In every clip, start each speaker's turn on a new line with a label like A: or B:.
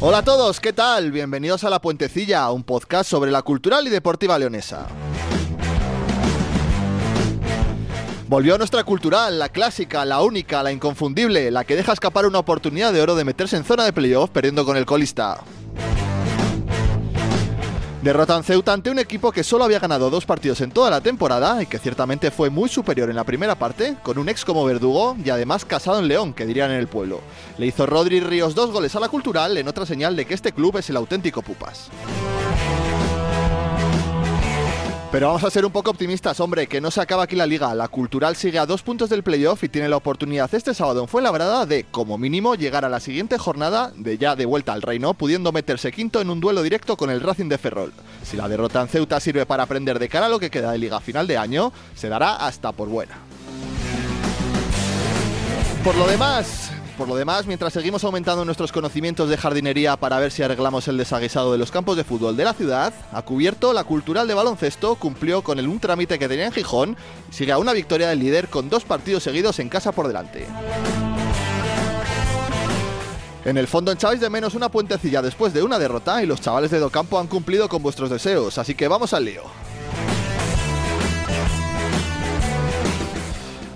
A: Hola a todos, ¿qué tal? Bienvenidos a La Puentecilla, un podcast sobre la cultural y deportiva leonesa. Volvió nuestra cultural, la clásica, la única, la inconfundible, la que deja escapar una oportunidad de oro de meterse en zona de playoff perdiendo con el colista. Derrotan Ceuta ante un equipo que solo había ganado dos partidos en toda la temporada y que ciertamente fue muy superior en la primera parte, con un ex como verdugo y además casado en León, que dirían en el pueblo. Le hizo Rodri Ríos dos goles a la cultural en otra señal de que este club es el auténtico Pupas. Pero vamos a ser un poco optimistas, hombre, que no se acaba aquí la liga. La Cultural sigue a dos puntos del playoff y tiene la oportunidad este sábado en Fuenlabrada de, como mínimo, llegar a la siguiente jornada de ya de vuelta al reino, pudiendo meterse quinto en un duelo directo con el Racing de Ferrol. Si la derrota en Ceuta sirve para aprender de cara a lo que queda de liga a final de año, se dará hasta por buena. Por lo demás, por lo demás, mientras seguimos aumentando nuestros conocimientos de jardinería para ver si arreglamos el desaguisado de los campos de fútbol de la ciudad, a cubierto la cultural de baloncesto cumplió con el un trámite que tenía en Gijón y sigue a una victoria del líder con dos partidos seguidos en casa por delante. En el fondo echabais de menos una puentecilla después de una derrota y los chavales de Docampo han cumplido con vuestros deseos, así que vamos al lío.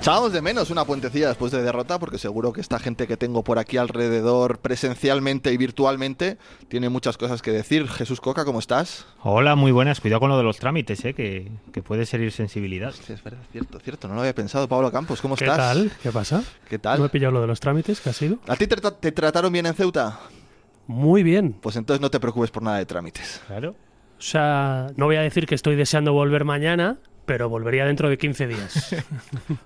A: Echábamos de menos una puentecilla después de derrota, porque seguro que esta gente que tengo por aquí alrededor, presencialmente y virtualmente, tiene muchas cosas que decir. Jesús Coca, ¿cómo estás?
B: Hola, muy buenas. Cuidado con lo de los trámites, ¿eh? que, que puede ser sensibilidad.
A: Sí, es verdad, cierto, cierto. No lo había pensado. Pablo Campos, ¿cómo
C: ¿Qué
A: estás?
C: tal? ¿Qué pasa?
A: ¿Qué
C: No he
A: tal?
C: pillado lo de los trámites, ¿qué ha sido?
A: ¿A ti te, tra- te trataron bien en Ceuta?
C: Muy bien.
A: Pues entonces no te preocupes por nada de trámites.
B: Claro.
C: O sea, no voy a decir que estoy deseando volver mañana, pero volvería dentro de 15 días.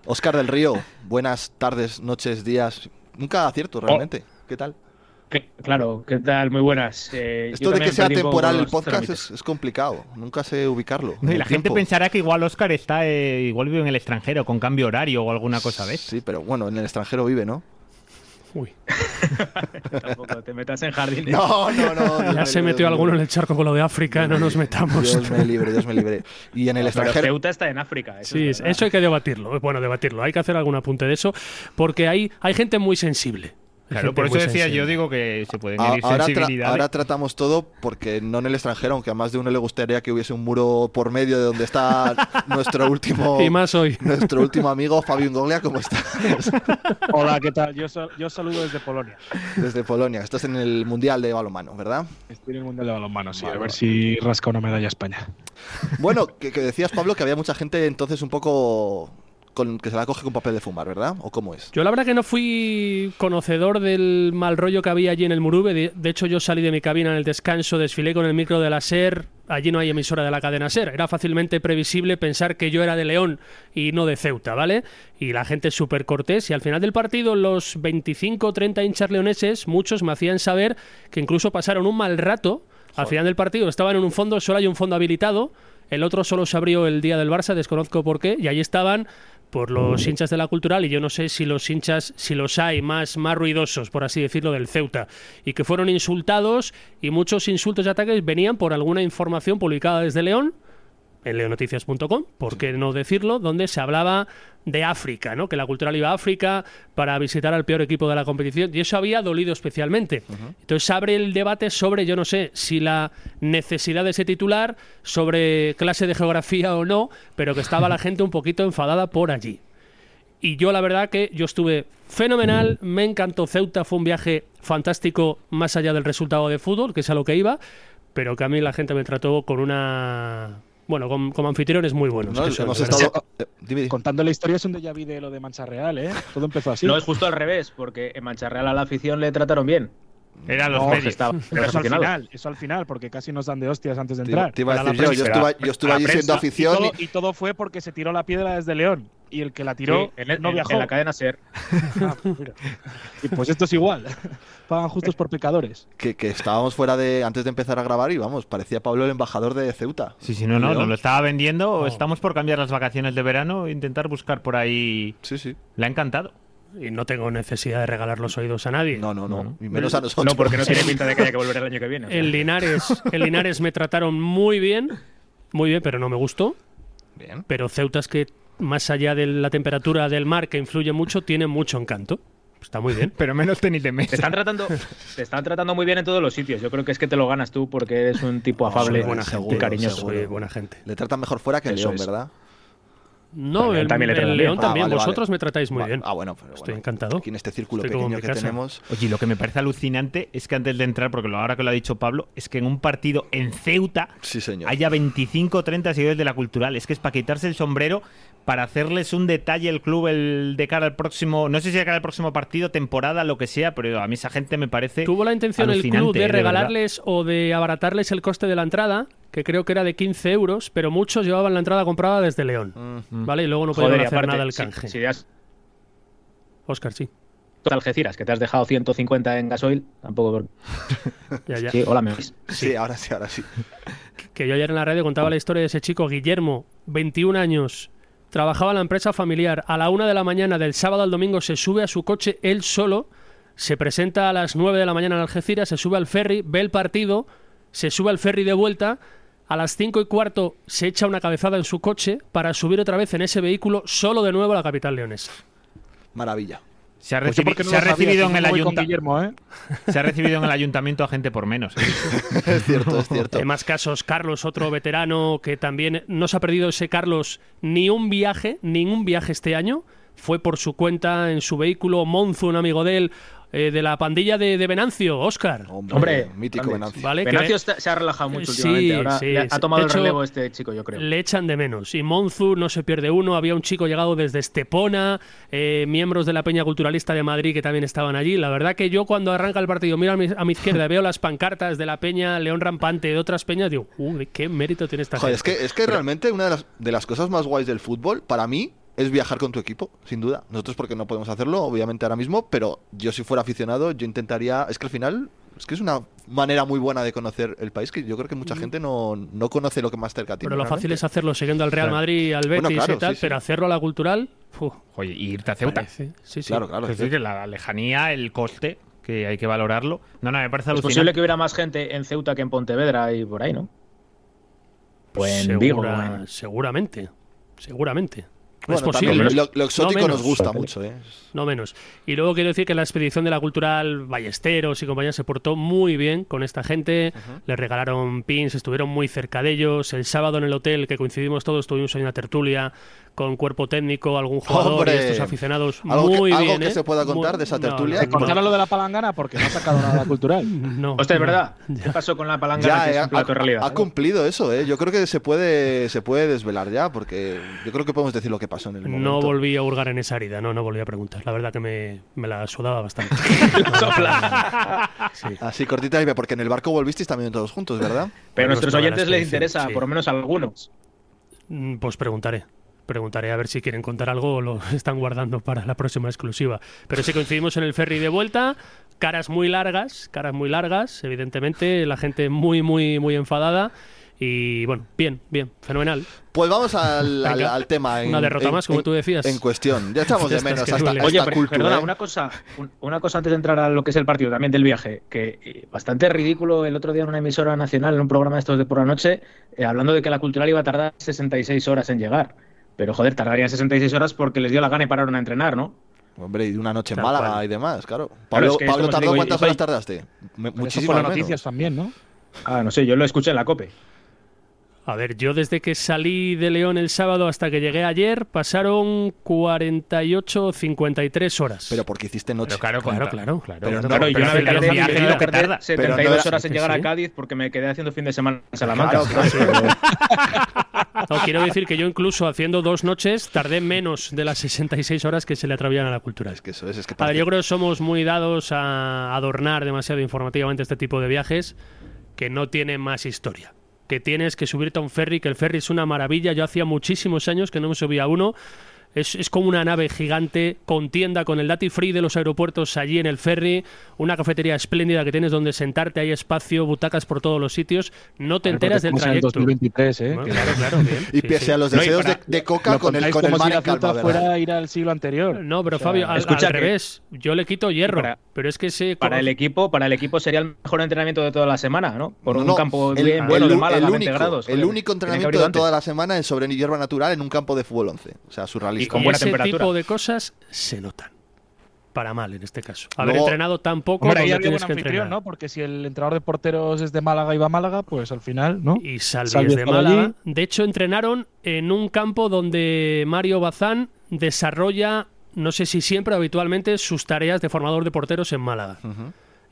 A: Óscar del Río, buenas tardes, noches, días. Nunca acierto, realmente. Oh. ¿Qué tal?
D: Que- claro, ¿qué tal? Muy buenas. Eh, yo
A: Esto de
D: también
A: que sea
D: perdí un poco
A: temporal
D: los
A: el podcast
D: trámites.
A: es, es complicado. Nunca sé ubicarlo.
B: No, y
A: en
B: la
A: el
B: gente
A: tiempo.
B: pensará que igual Oscar está, eh, igual vive en el extranjero, con cambio horario o alguna cosa, ¿ves?
A: Sí, pero bueno, en el extranjero vive, ¿no?
C: Uy,
D: Tampoco te metas en jardines.
A: No, no, no. Dios
C: ya
A: me
C: se
A: libre,
C: metió
A: Dios me
C: alguno en
A: libre.
C: el charco con lo de África, no nos metamos.
A: Dios me libre, Dios me libre. Y en el
D: Pero
A: extranjero.
D: Ceuta está en África. Eso
C: Sí,
D: es verdad.
C: eso hay que debatirlo. Bueno, debatirlo. Hay que hacer algún apunte de eso, porque hay, hay gente muy sensible. Hay
B: Claro,
C: gente
B: por eso
C: muy
B: decía
C: sensible.
B: yo, digo que se pueden
A: a-
B: medir
A: Ahora, tra-
C: ¿eh?
B: sensibilidades.
A: ahora tratamos todo porque no en el extranjero, aunque a más de uno le gustaría que hubiese un muro por medio de donde está nuestro último
C: Y más hoy.
A: nuestro último amigo Fabio Ingoglia, ¿cómo estás?
D: Hola, ¿qué tal? Yo, sal- yo saludo desde Polonia.
A: Desde Polonia, estás en el Mundial de Balomano, ¿verdad?
D: Estoy en el Mundial de Balonmano, sí.
A: Vale,
D: a ver
A: vale.
D: si rasca una medalla España.
A: Bueno, que, que decías Pablo que había mucha gente entonces un poco con, que se la coge con papel de fumar, ¿verdad? ¿O cómo es?
C: Yo la verdad que no fui conocedor del mal rollo que había allí en el Murube. De, de hecho, yo salí de mi cabina en el descanso, desfilé con el micro de la SER. Allí no hay emisora de la cadena SER. Era fácilmente previsible pensar que yo era de León y no de Ceuta, ¿vale? Y la gente es súper cortés. Y al final del partido, los 25 o 30 hinchas leoneses, muchos me hacían saber que incluso pasaron un mal rato. Al final del partido estaban en un fondo, solo hay un fondo habilitado. El otro solo se abrió el día del Barça, desconozco por qué, y ahí estaban por los hinchas de la cultural y yo no sé si los hinchas, si los hay más, más ruidosos, por así decirlo, del Ceuta, y que fueron insultados y muchos insultos y ataques venían por alguna información publicada desde León en leonoticias.com, por qué no decirlo, donde se hablaba de África, ¿no? Que la cultural iba a África para visitar al peor equipo de la competición y eso había dolido especialmente. Entonces abre el debate sobre, yo no sé, si la necesidad de ese titular, sobre clase de geografía o no, pero que estaba la gente un poquito enfadada por allí. Y yo la verdad que yo estuve fenomenal, me encantó Ceuta, fue un viaje fantástico más allá del resultado de fútbol, que es a lo que iba, pero que a mí la gente me trató con una... Bueno, con, como anfitriones muy buenos.
A: No,
C: que eso,
A: hemos
C: la verdad.
A: estado- eh, dime, dime.
E: Contando la historia es un déjà vu de lo de Mancha Real, ¿eh? Todo empezó así.
F: No, es justo al revés, porque en Mancharreal a la afición le trataron bien.
G: Eran los
F: No,
G: medios.
F: se estaba-
E: Pero
F: los
E: eso al
F: aficionados.
E: final, eso al final, porque casi nos dan de hostias antes de
A: Te-
E: entrar.
A: te iba a
E: Para la
A: decir yo, yo
E: prensa.
A: estuve, yo estuve
E: La
A: allí siendo
E: prensa.
A: afición
E: Y
A: y,
E: todo, y todo fue porque se tiró la piedra desde León. Y el que la
F: Sí,
E: tiró
F: en, el-
E: no
F: en-
E: viajó.
F: en la cadena SER.
E: Ah, pues mira. y pues esto es igual. Pagan justos por pecadores.
A: que, que estábamos fuera de antes de empezar a grabar y vamos, parecía Pablo el embajador de Ceuta.
G: Sí, sí, no, no,
A: León.
G: nos lo estaba vendiendo. o Estamos por cambiar las vacaciones de verano e intentar buscar por ahí.
A: Sí, sí.
G: Le ha encantado.
C: Y no tengo necesidad de regalar los oídos a nadie.
A: No, no, no. Y menos a nosotros.
F: No, porque no tiene pinta de que haya que volver el año que viene.
C: En Linares, en Linares me trataron muy bien, muy bien, pero no me gustó.
A: Bien.
C: Pero Ceuta es que, más allá de la temperatura del mar, que influye mucho, tiene mucho encanto. Está muy bien.
G: Pero menos tenis de
F: Te
G: mesa.
F: están, tratando, te están tratando muy bien en todos los sitios. Yo creo que es que te lo ganas tú porque eres un tipo afable
C: Soy buena
F: y
C: gente,
F: cariñoso.
C: soy buena gente.
A: Le tratan mejor fuera que en
F: Eso
A: León,
F: es.
A: ¿verdad?
C: No,
F: León
C: el,
F: también le
C: el
F: tratan bien.
C: León
A: Ah,
C: también.
A: vale, vale.
C: Vosotros me tratáis muy
A: Va-
C: bien.
A: Ah, bueno, pero
C: Estoy
A: bueno.
C: encantado.
A: Aquí en este círculo
C: Estoy como en
A: pequeño
C: mi
A: que
C: casa.
A: tenemos.
G: Oye, lo que me parece alucinante es que antes de entrar, porque lo- ahora que lo ha dicho Pablo, es que en un partido en Ceuta
A: Sí, señor.
G: haya 25 o 30 seguidores de la cultural. Es que es para quitarse el sombrero, para hacerles un detalle el club el de cara al próximo, no sé si de cara al próximo partido, temporada, lo que sea, pero a mí esa gente me parece.
C: Tuvo la intención el club
G: alucinante,
C: de
G: eh, verdad.
C: regalarles o de abaratarles el coste de la entrada, que creo que era de 15 euros, pero muchos llevaban la entrada comprada desde León. ¿Vale? Y luego no podían
F: Mm. Joder, y
C: hacer
F: aparte,
C: nada al
F: si-
C: canje.
F: Si, das
C: Oscar, sí.
F: a Algeciras, que te has dejado 150 en gasoil, tampoco.
C: Ya, ya.
F: Sí, hola, me oís.
E: Pues
A: Sí, ahora sí, ahora sí.
C: que yo ayer en la radio contaba la historia de ese chico, Guillermo, 21 años, trabajaba en la empresa familiar, a la una de la mañana del sábado al domingo se sube a su coche él solo, se presenta a las 9 de la mañana en Algeciras, se sube al ferry, ve el partido, se sube al ferry de vuelta, a las 5 y cuarto se echa una cabezada en su coche para subir otra vez en ese vehículo solo de nuevo a la capital leonesa.
A: Maravilla.
G: Se ha,
E: Pues yo
G: recibi-
E: porque no
G: se ha
E: lo sabía,
G: recibido
E: si
G: en
E: no
G: el
E: voy con
G: ayunta-
E: Guillermo, ¿eh?
G: se ha recibido en el ayuntamiento a gente por menos. eh.
A: Es cierto, es cierto.
C: Hay más casos, Carlos, otro veterano que también no se ha perdido ese Carlos ni un viaje, ningún viaje este año. Fue por su cuenta en su vehículo Monzo, un amigo de él, eh, de la pandilla de, de Venancio, Oscar.
F: Hombre,
A: mítico
F: grande.
A: Venancio.
C: ¿Vale? Que
F: Venancio está- se ha relajado mucho
C: Sí,
F: últimamente. Ahora
C: sí,
F: le ha-
C: sí.
F: ha tomado
C: De
F: el
C: hecho,
F: relevo este chico, yo creo.
C: le echan de menos. Y Monzu no se pierde uno. Había un chico llegado desde Estepona, eh, miembros de la Peña Culturalista de Madrid que también estaban allí. La verdad que yo cuando arranca el partido miro a mi, a mi izquierda, veo las pancartas de la Peña León Rampante, de otras peñas, digo, uy, qué mérito tiene esta
A: Joder, es
C: gente.
A: que, es que realmente una de las, de las cosas más guays del fútbol, para mí, es viajar con tu equipo, sin duda. Nosotros porque no podemos hacerlo, obviamente, ahora mismo, pero yo si fuera aficionado, yo intentaría... Es que al final, es que es una manera muy buena de conocer el país, que yo creo que mucha gente no, no conoce lo que más cerca tiene.
C: Pero lo fácil
A: realmente.
C: es hacerlo siguiendo al Real
G: Claro.
C: Madrid, al Betis
A: Bueno, claro,
C: y tal,
A: sí, sí.
C: pero hacerlo a la cultural, fu,
G: Oye, y irte a Ceuta.
C: parece. Sí, sí.
A: Claro, claro.
G: Es decir, que la lejanía, el coste, que hay que valorarlo. No, no, me parece
F: Es
G: alucinante.
F: posible que hubiera más gente en Ceuta que en Pontevedra y por ahí, ¿no? O en
C: Segura-
F: Vigo. o en-
C: Seguramente, seguramente. No es
A: Bueno,
C: posible.
A: también, lo, lo exótico
C: No
A: nos
C: menos.
A: gusta mucho, ¿eh?
C: No menos. Y luego quiero decir que la expedición de la cultural Ballesteros y compañía se portó muy bien con esta gente. Les regalaron pins, estuvieron muy cerca de ellos. El sábado en el hotel que coincidimos todos, tuvimos ahí una tertulia con cuerpo técnico, algún jugador
A: ¡Hombre!
C: y estos aficionados
A: Algo que-
C: muy
A: algo
C: bien,
A: que
C: ¿eh?
A: se pueda contar
C: Muy-
A: de esa
C: no,
A: tertulia.
C: no, no,
E: Cortar lo de la palangana porque no ha sacado nada cultural.
C: no,
F: Hostia, es
C: no.
F: verdad. ¿Qué pasó con la palanca?
A: Ya,
F: que es
A: eh,
F: un plato de realidad.
A: ha, ha cumplido eso, ¿eh? Yo creo que se puede, se puede desvelar ya, porque yo creo que podemos decir lo que pasó en el momento.
C: No volví a hurgar en esa herida, no, no volví a preguntar. La verdad que me, me la sudaba bastante. Sí.
A: Así cortita y ve, porque en el barco volvisteis también todos juntos,
F: Pero
A: ¿verdad?
F: a
C: Bueno,
F: nuestros
C: esto de la
F: oyentes les
C: expedición,
F: interesa,
C: sí.
F: por lo menos a algunos.
A: ¿Eh?
C: Mm, Pues preguntaré. Preguntaré a ver si quieren contar algo o lo están guardando para la próxima exclusiva. Pero sí coincidimos en el ferry de vuelta. Caras muy largas, caras muy largas, evidentemente. La gente muy, muy, muy enfadada. Y bueno, bien, bien, fenomenal.
A: Pues vamos al, al-
C: Venga.
A: al tema.
C: Una derrota más, como
A: en-
C: tú decías.
A: En cuestión. Ya estamos de
C: Estas
A: menos
C: que
A: hasta,
C: duelen.
A: hasta
F: Oye, pero-
A: cultura.
F: perdona,
A: ¿eh?
F: una cosa, un- una cosa antes de entrar a lo que es el partido también del viaje, que eh, bastante ridículo el otro día en una emisora nacional, en un programa de estos de por la noche, eh, hablando de que la cultural iba a tardar 66 horas en llegar. Pero joder, tardarían 66 horas porque les dio la gana y pararon a entrenar, ¿no?
A: Hombre, y una noche en
C: Tal
A: Málaga
C: cual.
A: y demás, claro. Pablo,
F: es que es
A: Pablo
F: como os
A: tardó,
F: digo,
A: ¿cuántas
F: yo-
A: horas tardaste? Me-
E: Eso por
A: Muchísimas
E: las
A: menos.
E: noticias también, ¿no?
F: Ah, no sé, yo lo escuché en la COPE.
C: A ver, yo desde que salí de León el sábado hasta que llegué ayer pasaron 48 o 53 horas.
A: Pero porque hiciste noche.
C: claro, claro, claro, claro.
A: Pero no,
F: Claro,
A: pero
F: yo una vez
A: pero
F: tardé,
A: no
F: he tenido que tardar
A: no
F: 72
A: era-
F: horas en llegar a
C: sí.
F: Cádiz porque me quedé haciendo fin de semana en Salamanca.
A: Claro, claro,
C: No, quiero decir que yo incluso haciendo dos noches tardé menos de las 66 horas que se le atravían a la cultura.
A: Es que eso es, es que
C: A ver,
A: parece-
C: yo creo que somos muy dados a adornar demasiado informativamente este tipo de viajes que no tienen más historia. Que tienes que subirte a un ferry, que el ferry es una maravilla. Yo hacía muchísimos años que no me subía a uno. Es, es como una nave gigante con tienda, con el Dati Free de los aeropuertos allí en el ferry, una cafetería espléndida que tienes donde sentarte, hay espacio, butacas por todos los sitios. No te enteras del
E: Como sea
C: trayecto.
E: En 2023, ¿eh?
C: Bueno,
E: Que
C: claro, claro, bien.
A: Y
C: Sí,
A: pese
C: sí.
A: a los
F: No, y
A: deseos
F: para-
A: de, de Coca
E: lo
A: con el,
E: contáis
A: con el
E: como
A: mar
E: si la
A: en calma,
E: fruta
A: ¿verdad?
E: fuera ir al siglo anterior.
C: No, pero
E: O sea,
C: Fabio, al,
F: escucha
C: al
F: que-
C: revés. Yo le quito hierro,
F: Para-
C: pero es que se
F: Para el equipo, para el equipo sería el mejor entrenamiento de toda la semana, ¿no? Por
A: No,
F: un
A: no,
F: campo
A: el-
F: bien
A: el-
F: bueno de
A: el
F: Málaga, 20
A: único-
F: grados.
A: El
F: joder.
A: único
F: Tenía que
A: entrenamiento
F: haberlo
A: de
F: antes.
A: toda la semana es sobre hierba natural en un campo de fútbol 11. O sea,
C: Y,
A: surrealista.
F: con
C: y
F: buena
C: ese
F: temperatura.
C: tipo de cosas se notan. Para mal, en este caso. Haber
A: Luego-
C: entrenado tan poco
E: Hombre, ahí
C: donde
E: había un
C: tienes que
E: anfitrión,
C: entrenar.
E: ¿no? Porque si el entrenador de porteros es de Málaga y va a Málaga, pues al final, ¿no?
C: Y Salvi
E: Salvi
C: es de
E: estaba
C: Málaga.
E: allí.
C: De hecho, entrenaron en un campo donde Mario Bazán desarrolla, no sé si siempre o habitualmente, sus tareas de formador de porteros en Málaga.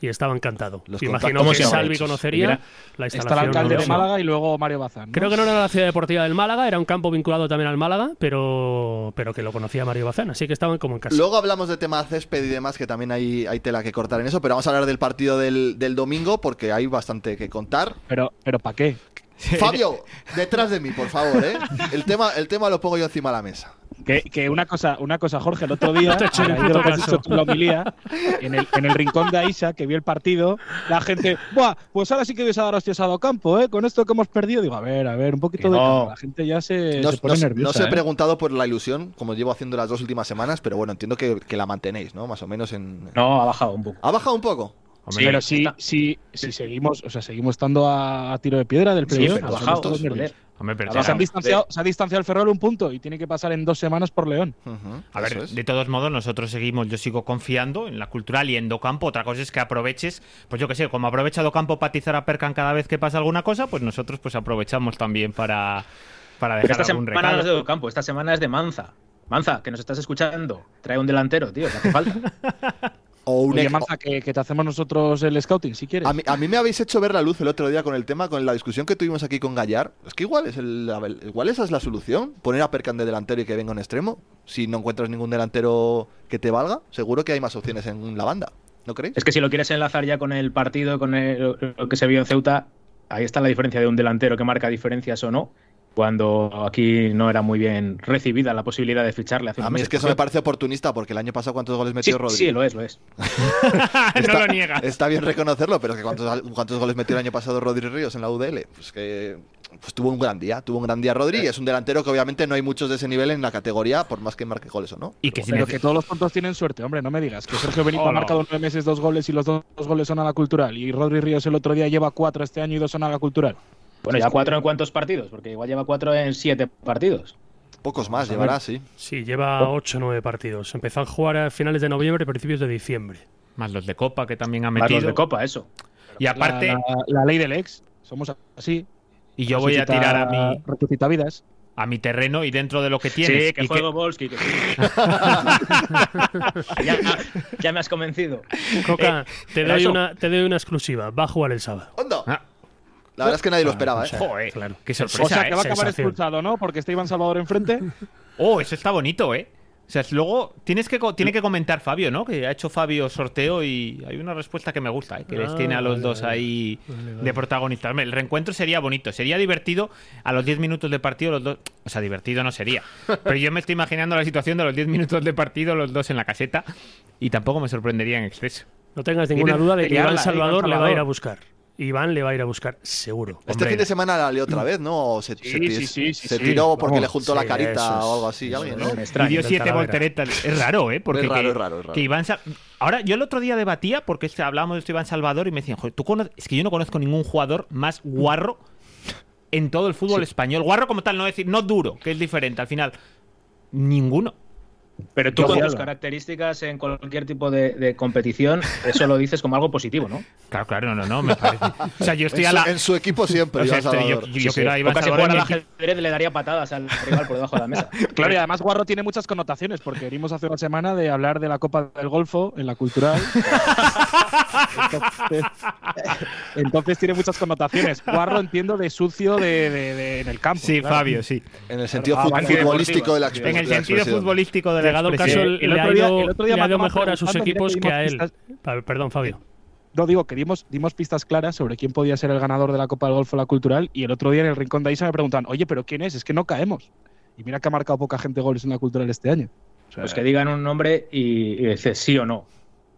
C: Y estaba encantado.
A: Los
C: Imagino
A: contactos
C: que
F: siempre
C: Salvi
A: hechos.
C: conocería
F: Mira,
C: la instalación.
E: Está el alcalde
C: ¿no?
E: de Málaga y luego Mario Bazán.
C: Creo que no era la ciudad deportiva del Málaga, era un campo vinculado también al Málaga, pero, pero que lo conocía Mario Bazán, así que estaban como en casa.
A: Luego hablamos de tema césped y demás, que también hay, hay tela que cortar en eso, pero vamos a hablar del partido del, del domingo porque hay bastante que contar.
E: Pero, pero ¿para qué?
A: Fabio, detrás de mí, por favor, ¿eh? El tema, el tema lo pongo yo encima de la mesa.
E: Que, que una cosa, una cosa, Jorge, el otro día,
C: te he hecho
E: a
C: ni
E: raíz de lo
C: puto
E: que has
C: caso.
E: dicho tú en la homilía, en el, en el rincón de Aisa, que vio el partido, la gente, ¡buah! Pues ahora sí que vais a dar hostias a Docampo, ¿eh? Con esto que hemos perdido. Digo, a ver, a ver, un poquito
F: Que
E: de
F: no.
E: calma. La gente ya se,
A: No,
E: se pone
A: no-
E: nerviosa.
A: no os he
E: ¿eh?
A: preguntado por la ilusión, como llevo haciendo las dos últimas semanas, pero bueno, entiendo que, que la mantenéis, ¿no? Más o menos en...
F: No, ha bajado un poco.
A: ¿Ha bajado un poco?
F: Sí,
E: pero si,
F: está-
E: si, si seguimos, o sea, seguimos estando a, a tiro de piedra del
F: Sí,
E: playoff.
F: pero ha
E: nos
F: bajado,
E: todos
F: joder.
E: nerviosos.
B: Hombre, pero
F: Ha
E: se, han
F: bajado.
E: distanciado, se ha distanciado el Ferrol un punto y tiene que pasar en dos semanas por León.
A: Ujú,
B: A
A: eso
B: ver,
A: es.
B: de todos modos, nosotros seguimos, yo sigo confiando en la cultural y en Docampo. Otra cosa es que aproveches, pues yo que sé, como aprovecha Docampo para atizar a Percan cada vez que pasa alguna cosa, pues nosotros pues aprovechamos también para, para
F: Pero
B: dejar
F: esta
B: algún
F: semana no es de
B: recado.
F: Docampo, esta semana es de Manza. Manza, que nos estás escuchando, trae un delantero, tío, que hace falta.
A: O un
E: Oye,
A: ex-
E: Marta, que, que te hacemos nosotros el scouting, si quieres.
A: A mí, a mí me habéis hecho ver la luz el otro día con el tema, con la discusión que tuvimos aquí con Gallar. Es que igual, es el, la- igual esa es la solución. Poner a Percan de delantero y que venga un extremo. Si no encuentras ningún delantero que te valga, seguro que hay más opciones en la banda. ¿No creéis?
F: es que si lo quieres enlazar ya con el partido, con el- lo que se vio en Ceuta, ahí está la diferencia de un delantero que marca diferencias o no, cuando aquí no era muy bien recibida la posibilidad de ficharle hace
A: A
F: unos
A: mí es
F: meses,
A: que eso
F: por
A: me parece oportunista, porque el año pasado cuántos goles metió
F: ejemplo.
A: Rodri.
F: Sí, sí, lo es, lo es.
B: no
A: Está-
B: lo niegas.
A: Está bien reconocerlo, pero es que cuántos, cuántos goles metió el año pasado Rodri Ríos en la UDL. Pues que pues tuvo un gran día, tuvo un gran día Rodri. y es un delantero que obviamente no hay muchos de ese nivel en la categoría, por más que marque goles o no.
B: Y que si
E: Pero
B: neces-
E: que todos los puntos tienen suerte, hombre, no me digas. Que Sergio Benito
F: Oh,
B: Hola.
E: ha marcado nueve meses dos goles y los dos, dos goles son a la cultural. Y Rodri Ríos el otro día lleva cuatro este año y dos son a la cultural.
F: Bueno, ya cuatro en cuántos partidos, porque igual lleva cuatro en siete partidos.
A: Pocos más llevará, sí.
C: Sí, lleva 8 o 9 partidos. Empezó a jugar a finales de noviembre, principios de diciembre.
B: Más los de Copa que también ha
F: Más los
B: metido.
F: de Copa, eso.
B: Y
E: La-
B: aparte,
E: La, la ley del ex. Somos así.
B: y yo voy a
E: Resucita-
B: tirar a mi.
E: Resucita vidas.
B: a mi terreno y dentro de lo que tienes.
F: Sí, que
B: y
F: juego Volsky. que sí. ya, ya me has convencido. Eh,
C: Coca, te, doy
F: Eraso.
C: una, te doy una exclusiva. Va a jugar el sábado.
A: ¡Hondo!
B: Ah.
A: La verdad es que nadie lo esperaba, ¿eh?
B: Joder, claro. Qué sorpresa.
E: O sea,
B: ¿eh?
E: que va a acabar
C: sensación.
E: expulsado, ¿no? Porque está Iván Salvador enfrente.
B: Oh, eso está bonito, ¿eh? O sea, es- luego tienes que, co- tiene que comentar Fabio, ¿no? Que ha hecho Fabio sorteo y hay una respuesta que me gusta, ¿eh? que les
C: Ah,
B: tiene a los
C: vale,
B: dos
C: vale.
B: ahí
C: Vale, vale.
B: de protagonistas. Hombre, El reencuentro sería bonito, sería divertido a los 10 minutos de partido, los dos... O sea, divertido no sería. Pero yo me estoy imaginando la situación de los 10 minutos de partido, los dos en la caseta, y tampoco me sorprendería en exceso.
C: No tengas ninguna
B: Tienen-
C: duda de que
B: pelearla,
C: Iván
B: ¿eh?
C: Salvador
B: Iván
C: le va a ir a
B: Salvador.
C: buscar. Iván le va a ir a buscar, seguro.
A: Este
B: Hombre.
A: fin de semana la leo otra vez, ¿no? O se, se-
E: sí, sí, sí,
A: se
E: sí.
A: tiró porque
C: Vamos,
A: le juntó
C: sí,
A: la carita
C: eso es-
A: o algo así, alguien, ¿no?
C: eso
F: es.
B: Y dio
C: del
B: siete
C: Talavera.
B: volteretas. Es raro, ¿eh? Porque
A: Es raro,
B: que,
A: es raro, es raro.
B: que Iván Sa- Ahora, yo el otro día debatía, porque es que hablábamos de esto Iván Salvador, y me decían, "Joder, ¿tú cono- es que yo no conozco ningún jugador más guarro en todo el fútbol español. Guarro como tal, no decir, no duro, que es diferente al final. Ninguno.
F: Pero tú
E: Yo
F: con
E: jugaba.
F: tus características en cualquier tipo de, de competición, eso lo dices como algo positivo, ¿no?
B: Claro, claro, no, no, no, me parece. O sea, yo estoy
A: en,
B: a
A: su,
B: la.
A: en su equipo siempre,
B: o sea,
A: Iván
B: estoy-
E: este,
A: Salvador.
B: yo, yo quiero a
F: Sí,
B: Iván
F: Boca, si
B: Salvador
F: jugara
B: en mi
F: al
B: equipo.
F: ajedrez, le daría patadas al rival por debajo de la mesa.
E: Claro, y además Guarro tiene muchas connotaciones, porque herimos hace una semana de hablar de la Copa del Golfo en la cultural. Entonces, entonces tiene muchas connotaciones. Guarro entiendo de sucio de, de- de- en el campo.
B: Sí,
E: claro.
B: Fabio, sí.
A: En el sentido
E: Ah,
A: fut-
E: vale,
A: futbolístico de la
F: deportivo,
A: expresión.
B: En el
A: de la
B: sentido
A: expresión.
B: futbolístico de la
C: Llegado el caso,
B: expresión.
E: el
C: le ha
E: otro día-
C: ido,
E: el otro día
C: le ha ido
E: me acaban
C: mejor a sus
E: preguntando, mira
C: equipos
E: que
C: que a él.
E: dimos
C: A ver, Perdón, Fabio.
E: No digo que dimos, dimos pistas claras sobre quién podía ser el ganador de la Copa del Golfo en la cultural, y el otro día en el rincón de Isa me preguntan, oye, pero ¿quién es? Es que no caemos. Y mira que ha marcado poca gente goles en la cultural este año. O sea,
F: Pues que digan un nombre y, y dices sí o no.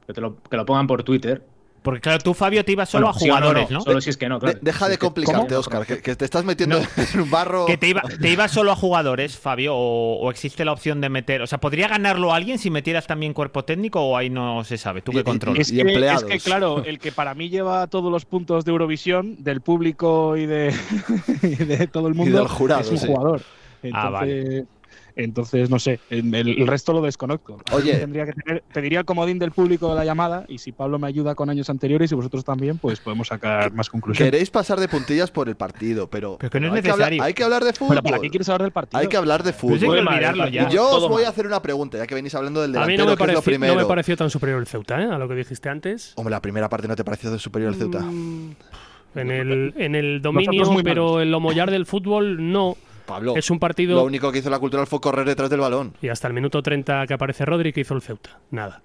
F: Que, te lo, que lo pongan por Twitter.
B: Porque claro, tú, Fabio, te ibas solo
F: Bueno,
B: a
F: sí o no,
B: jugadores, ¿no?
F: Solo si es que no,
A: De-
F: claro.
A: deja
F: Si
A: de
F: es que-
A: complicarte,
F: ¿Cómo?
A: Oscar, que, que te estás metiendo
B: No.
A: en un barro.
B: Que te iba, te iba solo a jugadores, Fabio, o, o existe la opción de meter. O sea, ¿podría ganarlo alguien si metieras también cuerpo técnico o ahí no se sabe? ¿Tú
A: Y-
B: qué
A: y-
B: controlas?
E: Es
A: y
E: que,
A: empleados.
E: es que, claro, el que para mí lleva todos los puntos de Eurovisión, del público y de, y de todo el mundo,
A: del jurado,
E: es un
A: sí.
E: jugador. Entonces,
B: Ah, vale.
E: entonces, no sé, en- el, el resto lo desconozco.
A: Oye.
E: Tendría que tener- pediría el comodín del público de la llamada y si Pablo me ayuda con años anteriores y vosotros también, pues podemos sacar más conclusiones.
A: Queréis pasar de puntillas por el partido, pero.
B: Pero que no es
A: hay hablar-
B: necesario.
A: hay que hablar de fútbol.
E: Pero ¿para qué quieres hablar del partido?
A: Hay que hablar de
B: Pues hay que
A: fútbol.
F: Muy mal,
B: olvidarlo
F: el
B: ya.
A: Y yo os
F: Todo
A: voy a
F: mal.
A: hacer una pregunta, ya que venís hablando del
C: A mí
A: delantero,
C: no
A: que
C: me,
A: es lo
C: pareció, no
A: primero.
C: me pareció tan superior el Ceuta, ¿eh? A lo que dijiste antes.
A: Hombre, la primera parte no te pareció de superior al Ceuta.
C: En el, en el
E: Nosotros
C: dominio,
E: muy
C: pero el homollar del fútbol no.
A: Pablo,
C: Es un
A: lo
C: partido.
A: único que hizo la cultural fue correr detrás del balón.
C: Y hasta el minuto 30 que aparece Rodri, que hizo el Ceuta. Nada.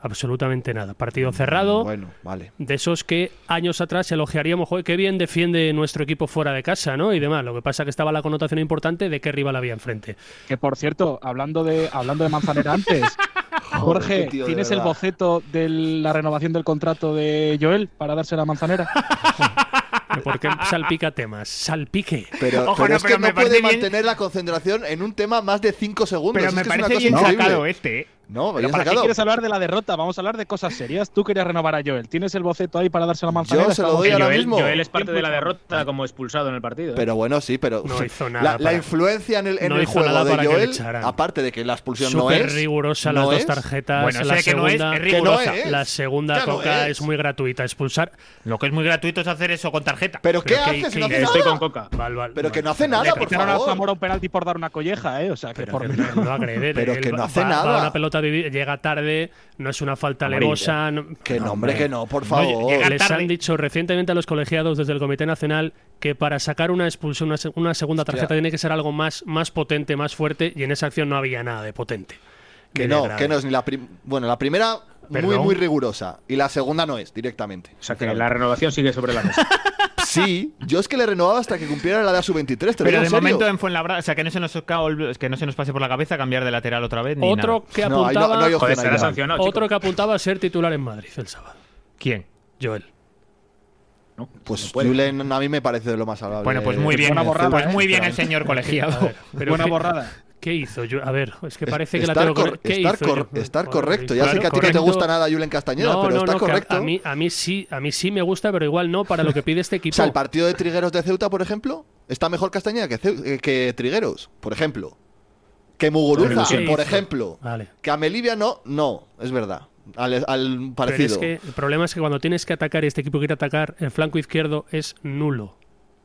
C: Absolutamente nada. Partido cerrado.
A: Bueno, vale.
C: De esos que años atrás elogiaríamos, joder, qué bien defiende nuestro equipo fuera de casa, ¿no? Y demás. Lo que pasa que estaba la connotación importante de qué rival había enfrente.
E: Que por cierto, hablando de, hablando de Manzanera antes,
A: Joder,
E: Jorge,
A: qué tío, de
E: ¿tienes el
A: verdad.
E: boceto de la renovación del contrato de Joel para dársela a Manzanera?
C: Porque salpica temas. Salpique.
A: Pero,
B: Ojo,
A: pero
B: no,
A: es que
B: pero me
A: no puede
B: parece bien-
A: mantener la concentración en un tema más de 5 segundos.
B: Pero
A: Es
B: me
A: que es una
B: parece
A: cosa
B: bien
A: increíble.
B: sacado este, ¿eh?
A: No,
E: Pero
A: bien
E: ¿Para qué
A: sacado.
E: quieres hablar de la derrota? Vamos a hablar de cosas serias. Tú querías renovar a Joel. ¿Tienes el boceto ahí para dársela a Manzanera?
A: Yo se lo
E: Estamos-
A: doy
F: Que
A: ahora
F: Joel,
A: mismo.
F: Joel es parte de la derrota como expulsado en el partido. ¿eh?
A: Pero bueno, sí, pero
C: No hizo
A: la,
C: nada
A: la
C: para-
A: influencia en el, en
C: no
A: el
C: hizo
A: juego
C: nada
A: de
C: para que le
A: Joel,
C: echaran.
A: aparte de que la expulsión no
C: Súper
A: es,
C: rigurosa
A: no
C: las dos
A: es,
C: tarjetas.
B: Bueno,
C: la
B: sé que no es,
C: segunda,
B: es
A: que no
B: rigurosa.
A: es.
C: la segunda
A: que no
C: coca
A: es.
C: es muy gratuita. Expulsar
B: Lo que es muy gratuito es hacer eso con tarjeta.
A: Pero ¿qué
C: Pero que-
A: haces?
C: que-
A: no hace
F: Estoy
A: nada.
F: con Coca.
C: Val, val,
A: Pero que
C: val.
A: no hace nada,
E: Le
A: por
E: quitaron a
A: favor.
E: Zamora un penalti por dar una colleja, ¿eh? O sea, que
C: Pero
E: por
C: que no, no agrede,
A: Pero
C: él
A: que no
C: va-
A: hace
C: va-
A: nada.
C: va a una pelota divi- llega tarde, no es una falta alegosa. no-
A: Que no, hombre, que no, por
B: No, llega-
A: favor.
C: Les
B: tarde.
C: han dicho recientemente a los colegiados desde el Comité Nacional que para sacar una expulsión, una, se- una segunda tarjeta,
A: Hostia.
C: tiene que ser algo más, más potente, más fuerte, y en esa acción no había nada de potente.
A: Que
C: ni de
A: no,
C: grave.
A: que no es ni la prim- Bueno, la primera muy,
C: Perdón.
A: muy rigurosa. Y la segunda no es, directamente.
F: O sea, que la renovación sigue sobre la mesa.
A: Sí, yo es que le renovaba hasta que cumpliera la edad sub-23. te lo digo
B: Pero
A: en
B: de
A: serio.
B: momento en Fuenlabrada, o sea, que no se nos, ca- ol- que no se nos pase por la cabeza cambiar de lateral otra vez. Ni
C: Otro
B: nada.
C: que
A: No, ahí no-
C: apuntaba,
A: no hay opción
F: Joder,
A: ahí,
F: será
A: ya.
F: sancionado.
C: otro
F: chico.
C: que apuntaba a ser titular en Madrid el sábado.
B: ¿Quién?
C: Joel.
F: No,
A: Pues
F: no puede.
A: Julen a mí me parece de lo más salvable.
B: Bueno, pues muy bien.
E: buena borrada,
B: pues
E: ¿eh?
B: muy bien el señor
C: A
B: colegiado.
C: ver, pero
E: buena
C: ¿qué-
E: borrada.
C: ¿Qué hizo? Joel? a ver, es que parece que la
A: estar
C: tengo
A: cor-
C: corre- ¿qué
A: estar
C: hizo
A: cor-
C: Joel?
A: estar
C: Joder,
A: correcto. Ya sé
C: claro,
A: que a ti no te
C: correcto.
A: gusta nada Julen Castañeda, pero está
C: que a-
A: correcto.
C: A mí, a mí sí, a mí sí me gusta, pero igual no para lo que pide este
A: O
C: equipo.
A: sea, el partido de Trigueros de Ceuta, por ejemplo, está mejor Castañeda que, Ceu- eh, que Trigueros, por ejemplo. Que Muguruza,
C: Pero
A: por
C: sí. Ah,
A: ejemplo.
C: Vale.
A: Que a Melivia no, no, es verdad. Al, al
C: Pero es
A: parecido.
C: que el problema es que cuando tienes que atacar y este equipo quiere atacar, el flanco izquierdo es nulo.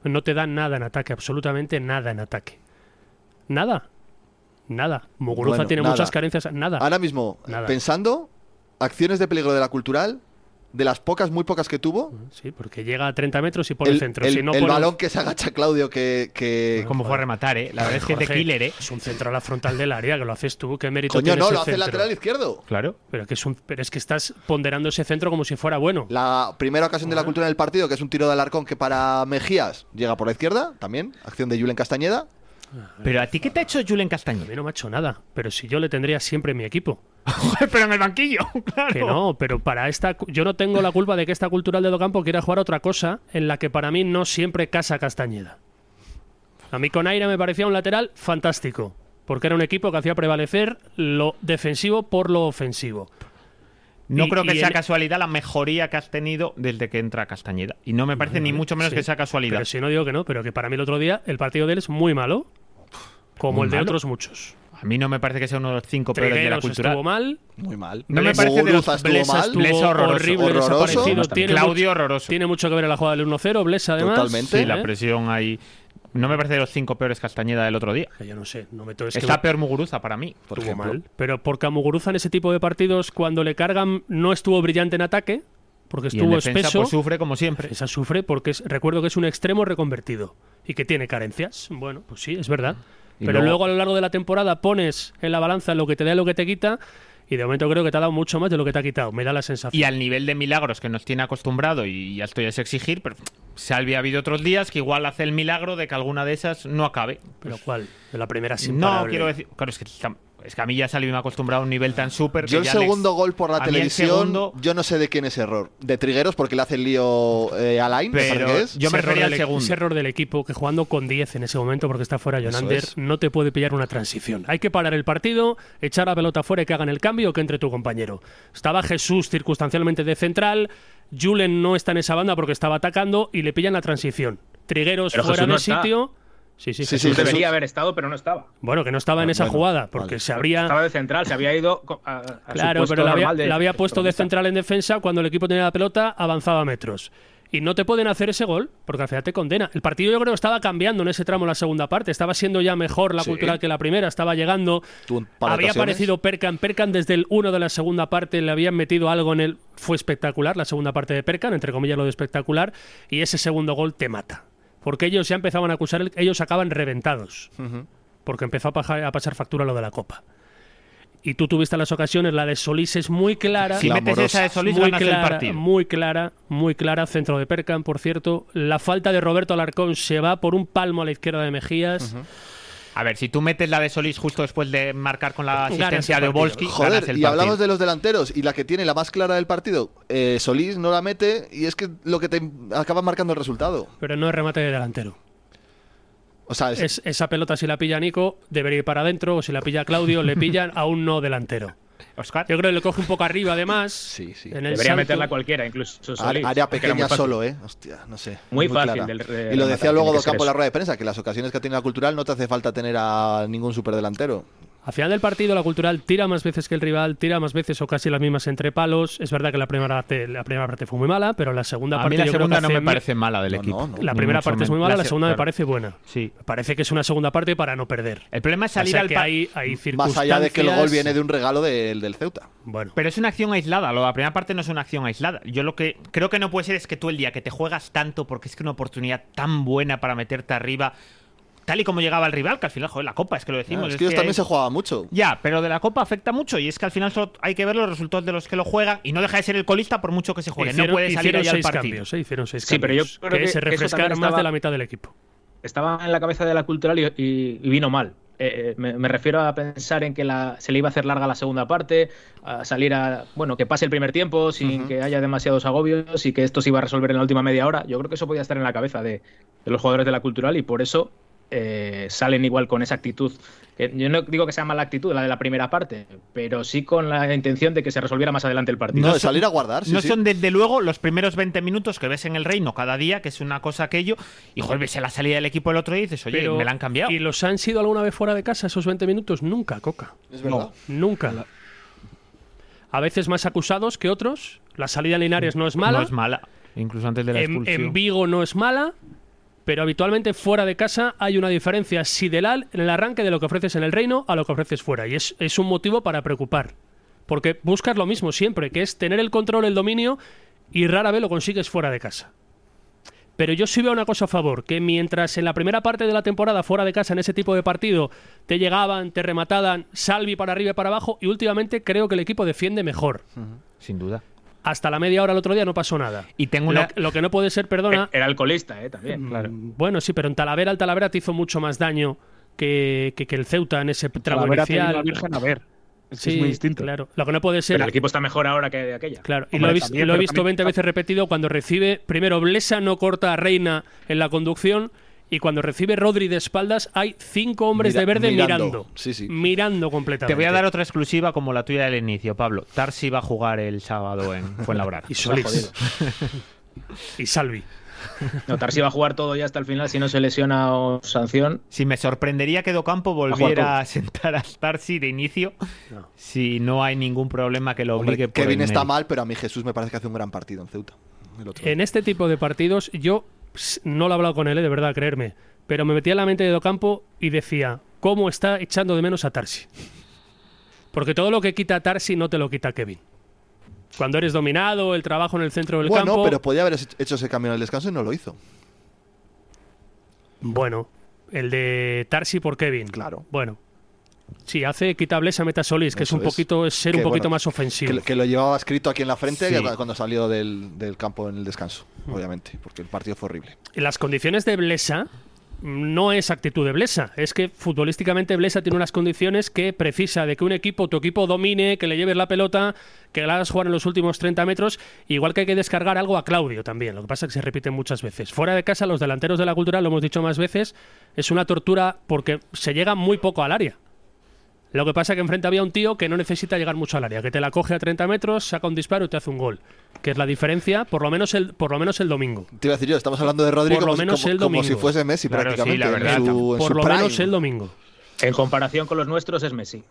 C: No te da nada en ataque, absolutamente nada en ataque. Nada. Nada. Muguruza
A: Bueno,
C: tiene
A: nada.
C: muchas carencias. Nada.
A: Ahora mismo,
C: Nada.
A: pensando, acciones de peligro de la cultural, de las pocas, muy pocas que tuvo,
C: Sí, porque llega a 30 metros y pone el, centro.
A: el-
C: si no
A: el
C: pone-
A: balón que se agacha Claudio, que, que-
B: Como fue a rematar, ¿eh? La verdad es que es de
C: Jorge,
B: killer, ¿eh?
C: Es un centro a la frontal del área, que lo haces tú, qué mérito
A: Coño,
C: tiene
A: no,
C: ese
A: lo hace el
C: centro?
A: lateral izquierdo.
B: Claro.
C: Pero que es un pero es que estás ponderando ese centro como si fuera bueno.
A: La primera ocasión de la cultura en el partido, que es un tiro de Alarcón que para Mejías llega por la izquierda, también, acción de Julen Castañeda.
B: Pero a ti, ¿qué te ha hecho Julen
C: A mí
B: Castañeda?
C: no me ha hecho nada, pero si yo le tendría siempre en mi equipo.
B: pero en el banquillo, claro.
C: Que no, pero para esta cu- yo no tengo la culpa de que esta cultural de Docampo quiera jugar otra cosa en la que para mí no siempre casa Castañeda. A mí con aire me parecía un lateral fantástico, porque era un equipo que hacía prevalecer lo defensivo por lo ofensivo.
B: No
C: Y-
B: creo que
C: y
B: sea
C: el-
B: casualidad la mejoría que has tenido desde que entra Castañeda. Y no me parece ni mucho menos
C: eh, sí.
B: que sea casualidad.
C: Pero si no digo que no, pero que para mí el otro día el partido de él es muy malo, como
B: Muy
C: el de
B: malo.
C: otros muchos.
B: A mí no me parece que sea uno de los cinco peores de la
C: Trigueros
B: cultura.
C: estuvo mal,
A: Muy mal.
B: No me parece de los
A: Muguruza estuvo
C: Blesa
A: mal.
C: estuvo
B: Blesa horroroso.
C: horrible,
A: Horroroso.
C: desaparecido.
A: Bastante.
C: Tiene
B: Claudio
C: mucho-
B: horroroso.
C: Tiene mucho que ver en la jugada del 1-0, Blesa además.
A: Totalmente.
B: Sí,
A: ¿eh?
B: la presión ahí. No me parece de los cinco peores Castañeda del otro día.
C: Que yo no sé, no meto es que
B: Está peor Muguruza para mí.
A: Por
C: estuvo
A: ejemplo.
C: mal. Pero porque a Muguruza en ese tipo de partidos, cuando le cargan, no estuvo brillante en ataque, porque
B: y en
C: estuvo
B: defensa,
C: espeso.
B: pues, sufre como siempre.
C: Esa sufre porque es- recuerdo que es un extremo reconvertido y que tiene carencias. Bueno, pues sí, es verdad.
B: Y
C: Pero
B: luego-
C: luego... a lo largo de la temporada pones en la balanza lo que te da y lo que te quita. Y de momento creo que te ha dado mucho más de lo que te ha quitado. Me da la sensación.
B: Y al nivel de milagros que nos tiene acostumbrado, y ya estoy a exigir, pero se había habido otros días que igual hace el milagro de que alguna de esas no acabe.
C: Pero cuál, de la primera sin
B: No,
C: parable.
B: quiero decir. Claro, es que, tam- es que a mí ya salí me ha acostumbrado a un nivel tan súper. que
A: Yo el
B: ya les-
A: segundo gol por
B: a
A: la
B: mí el
A: televisión,
B: segundo-
A: yo no sé de quién es error. De Trigueros, porque le hace el lío eh, a Lain, me parece
B: Pero
A: que es.
B: yo me
C: Ese error
B: refería al
C: del- e-
B: segundo.
C: ese error del equipo que jugando con 10 en ese momento porque está fuera John Ander,
A: es.
C: no te puede pillar una transición. Hay que parar el partido, echar la pelota fuera y que hagan el cambio o que entre tu compañero. Estaba Jesús circunstancialmente de central, Julen no está en esa banda porque estaba atacando y le pillan la transición. Trigueros
F: Pero
C: fuera
F: Jesús no
C: de
F: está.
C: sitio. Sí, sí,
A: Sí,
C: Jesús.
A: sí, Jesús.
F: Debería haber estado, pero no estaba.
C: Bueno, que no estaba en esa
A: Bueno,
C: jugada porque
A: vale.
C: se habría
F: Estaba de central, se había ido co- a, a su
C: Claro,
F: puesto
C: pero la había,
F: normal de-
C: la había puesto de central en defensa cuando el equipo tenía la pelota, avanzaba metros. Y no te pueden hacer ese gol porque al final te condena. El partido yo creo estaba cambiando en ese tramo la segunda parte. Estaba siendo ya mejor la
A: Sí.
C: cultural que la primera, estaba llegando.
A: Tuvo un par de
C: Había
A: ocasiones.
C: aparecido Perkan. Perkan desde el 1 de la segunda parte le habían metido algo en él. Fue espectacular la segunda parte de Perkan, entre comillas lo de espectacular. Y ese segundo gol te mata. Porque ellos ya empezaban a acusar, el- ellos acaban reventados. Porque empezó a, paja- a pasar factura lo de la copa. Y tú tuviste las ocasiones, la de Solís es muy clara.
B: Si metes
A: Clamorosa.
B: esa de Solís,
C: muy
B: ganas el
C: clara,
B: partido.
C: muy clara, muy clara, centro de Perkan, por cierto. La falta de Roberto Alarcón se va por un palmo a la izquierda de Mejías.
B: A ver, si tú metes la de Solís justo después de marcar con la
C: Ganas el
B: asistencia de
C: partido.
B: Obolski, ganas
A: Joder,
B: el
A: y hablamos
B: partido.
A: de los delanteros y la que tiene la más clara del partido, eh, Solís no la mete y es que lo que te acaba marcando el resultado.
C: Pero no es remate de delantero.
A: O sea, es,
C: Es- esa pelota, si la pilla Nico, debería ir para adentro. O si la pilla Claudio, le pillan a un no delantero.
B: Oscar.
C: Yo creo que le coge un poco arriba, además.
A: Sí, sí.
C: en el
F: Debería
C: salto.
F: meterla cualquiera, incluso
A: a-
F: Solís,
A: área
F: porque era muy
A: pequeña
F: fácil.
A: solo, ¿eh? Hostia, no sé.
F: Muy fácil
A: clara.
F: del- de
A: y lo
F: rematar,
A: decía
F: tiene
A: luego
F: que ser
A: Docampo en la
F: eso.
A: rueda de prensa, que las ocasiones que ha tenido la cultural no te hace falta tener a ningún superdelantero.
C: Al final del partido, la cultural tira más veces que el rival, tira más veces o casi las mismas entre palos. Es verdad que la primera parte, la primera parte fue muy mala, pero la segunda
B: A
C: parte
B: mí la
C: yo creo
B: segunda
C: que
B: no
C: hace
B: me
C: me-
B: parece mala del
A: No, no,
B: equipo.
A: no.
C: La
B: Ni
C: primera
B: mucho
C: parte
B: menos.
C: es muy mala, la
B: se-
C: segunda me
B: claro.
C: parece buena.
B: Sí.
C: Parece que es una segunda parte para no perder.
B: El problema es
C: O sea,
B: salir al
C: que
B: pa-
C: hay, hay circunstancias.
A: Más allá de que el gol viene de un regalo del, del Ceuta.
C: Bueno,
B: Pero es una acción aislada, lo- la primera parte no es una acción aislada. Yo lo que creo que no puede ser es que tú el día que te juegas tanto, porque es que una oportunidad tan buena para meterte arriba, tal y como llegaba el rival, que al final, joder, la copa, es que lo decimos.
A: Ah, es
B: es
A: que ellos
B: que-
A: también se jugaba mucho.
B: Ya, pero de la copa afecta mucho y es que al final solo hay que ver los resultados de los que lo juegan y no deja de ser el colista por mucho que se juegue.
C: hicieron,
B: no puede salir
C: hicieron
B: ahí al
C: seis
B: partido.
C: cambios, eh, hicieron seis
F: Sí, pero yo
C: cambios.
F: creo
C: que,
F: que-
C: se
F: que eso
C: refrescaron
F: también
C: más de
F: estaba-
C: la mitad del equipo.
F: estaba en la cabeza de la cultural y, y- y vino mal. Eh, eh, me, me refiero a pensar en que la- se le iba a hacer larga la segunda parte, a salir a, bueno, que pase el primer tiempo
C: Pues
F: sin que haya demasiados agobios y que esto se iba a resolver en la última media hora. Yo creo que eso podía estar en la cabeza de, de los jugadores de la cultural y por eso eh, salen igual con esa actitud. Que yo no digo que sea mala actitud la de la primera parte, pero sí con la intención de que se resolviera más adelante el partido.
A: No, de salir a guardar. Ah, sí,
B: no
A: sí.
B: son desde luego los primeros 20 minutos que ves en el reino cada día, que es una cosa aquello, y joder, ves la salida del equipo el otro día y dices, oye,
C: Pero-
B: me la han cambiado.
C: ¿Y los han sido alguna vez fuera de casa esos 20 minutos? Nunca, Coca.
A: Es verdad.
C: Nunca. A veces más acusados que otros. La salida de Linares Mm. no es
B: No
C: mala.
B: es mala, incluso antes de la
C: en,
B: expulsión.
C: en Vigo no es mala. pero habitualmente fuera de casa hay una diferencia sideral en el arranque de lo que ofreces en el reino a lo que ofreces fuera. Y es, es un motivo para preocupar. Porque buscas lo mismo siempre, que es tener el control, el dominio, y rara vez lo consigues fuera de casa. Pero yo sí veo una cosa a favor, que mientras en la primera parte de la temporada fuera de casa en ese tipo de partido te llegaban, te remataban, salvi para arriba y para abajo, y últimamente creo que el equipo defiende mejor.
B: Sin duda.
C: Hasta la media hora el otro día no pasó nada.
B: Y tengo una-
C: lo, lo que no puede ser, perdona,
F: Era alcoholista, ¿eh? También, claro.
C: Mm, Bueno, sí, pero en Talavera, el Talavera te hizo mucho más daño que, que- que el Ceuta en ese tramo
E: Talavera te dio
C: inicial.
E: la Virgen a ver. Es, que
C: Sí,
E: es muy distinto.
C: Claro, lo que no puede ser.
F: Pero el equipo está mejor ahora que de aquella.
C: Claro, y
E: Hombre,
C: lo he, vis-
E: también,
C: lo he
E: pero
C: visto
E: también-
C: 20 veces repetido cuando recibe. Primero, Blesa no corta a Reina en la conducción. Y cuando recibe Rodri de espaldas, hay cinco hombres
A: Mira-
C: de verde mirando.
A: mirando.
C: Mirando,
A: Sí, sí.
C: completamente.
B: Te voy a dar otra exclusiva como la tuya del inicio, Pablo. Tarsi va a jugar el sábado en Fuenlabrada.
C: Y Solís. y Salvi.
F: No, Tarsi va a jugar todo ya hasta el final si no se lesiona o sanción.
B: Si me sorprendería que Docampo volviera a sentar a Tarsi de inicio, si no hay ningún problema que lo
A: Hombre,
B: obligue por
A: Kevin
B: el
A: está
B: medio.
A: mal, pero a mí Jesús me parece que hace un gran partido en Ceuta. El otro día.
C: En este tipo de partidos, yo ps, no lo he hablado con él, eh, de verdad, creerme. Pero me metí en la mente de Docampo y decía, ¿cómo está echando de menos a Tarsi? Porque todo lo que quita a Tarsi no te lo quita Kevin. Cuando eres dominado, el trabajo en el centro del
A: bueno,
C: campo.
A: pero podía haber hecho ese cambio en el descanso y no lo hizo.
C: Bueno, el de Tarsi por Kevin.
A: Claro.
C: Bueno. Sí, hace quitables a Metasolis, que es
A: Eso
C: un poquito, es ser un
A: Que,
C: poquito
A: bueno,
C: más
A: Que,
C: ofensivo.
A: lo- que lo llevaba escrito aquí en la frente
B: Sí.
A: cuando salió del, del campo en el descanso,
C: Mm.
A: obviamente, porque el partido fue horrible.
C: las condiciones de Blesa no es actitud de Blesa, es que futbolísticamente Blesa tiene unas condiciones que precisa de que un equipo, tu equipo domine, que le lleves la pelota, que la hagas jugar en los últimos 30 metros, igual que hay que descargar algo a Claudio también, lo que pasa es que se repite muchas veces. Fuera de casa, los delanteros de la cultura, lo hemos dicho más veces, es una tortura porque se llega muy poco al área. Lo que pasa es que enfrente había un tío que no necesita llegar mucho al área, que te la coge a 30 metros, saca un disparo y te hace un gol, que es la diferencia, por lo menos el, por lo menos el domingo.
A: Te iba a decir yo, estamos hablando de Rodrigo
C: Por lo
A: como, si-
C: menos
A: como-
C: el
A: como si
C: domingo.
A: fuese Messi
B: Claro, sí,
A: prácticamente
B: la verdad,
A: en su, en
C: por
A: su
C: lo
A: prime.
C: menos el domingo.
F: En comparación con los nuestros es Messi.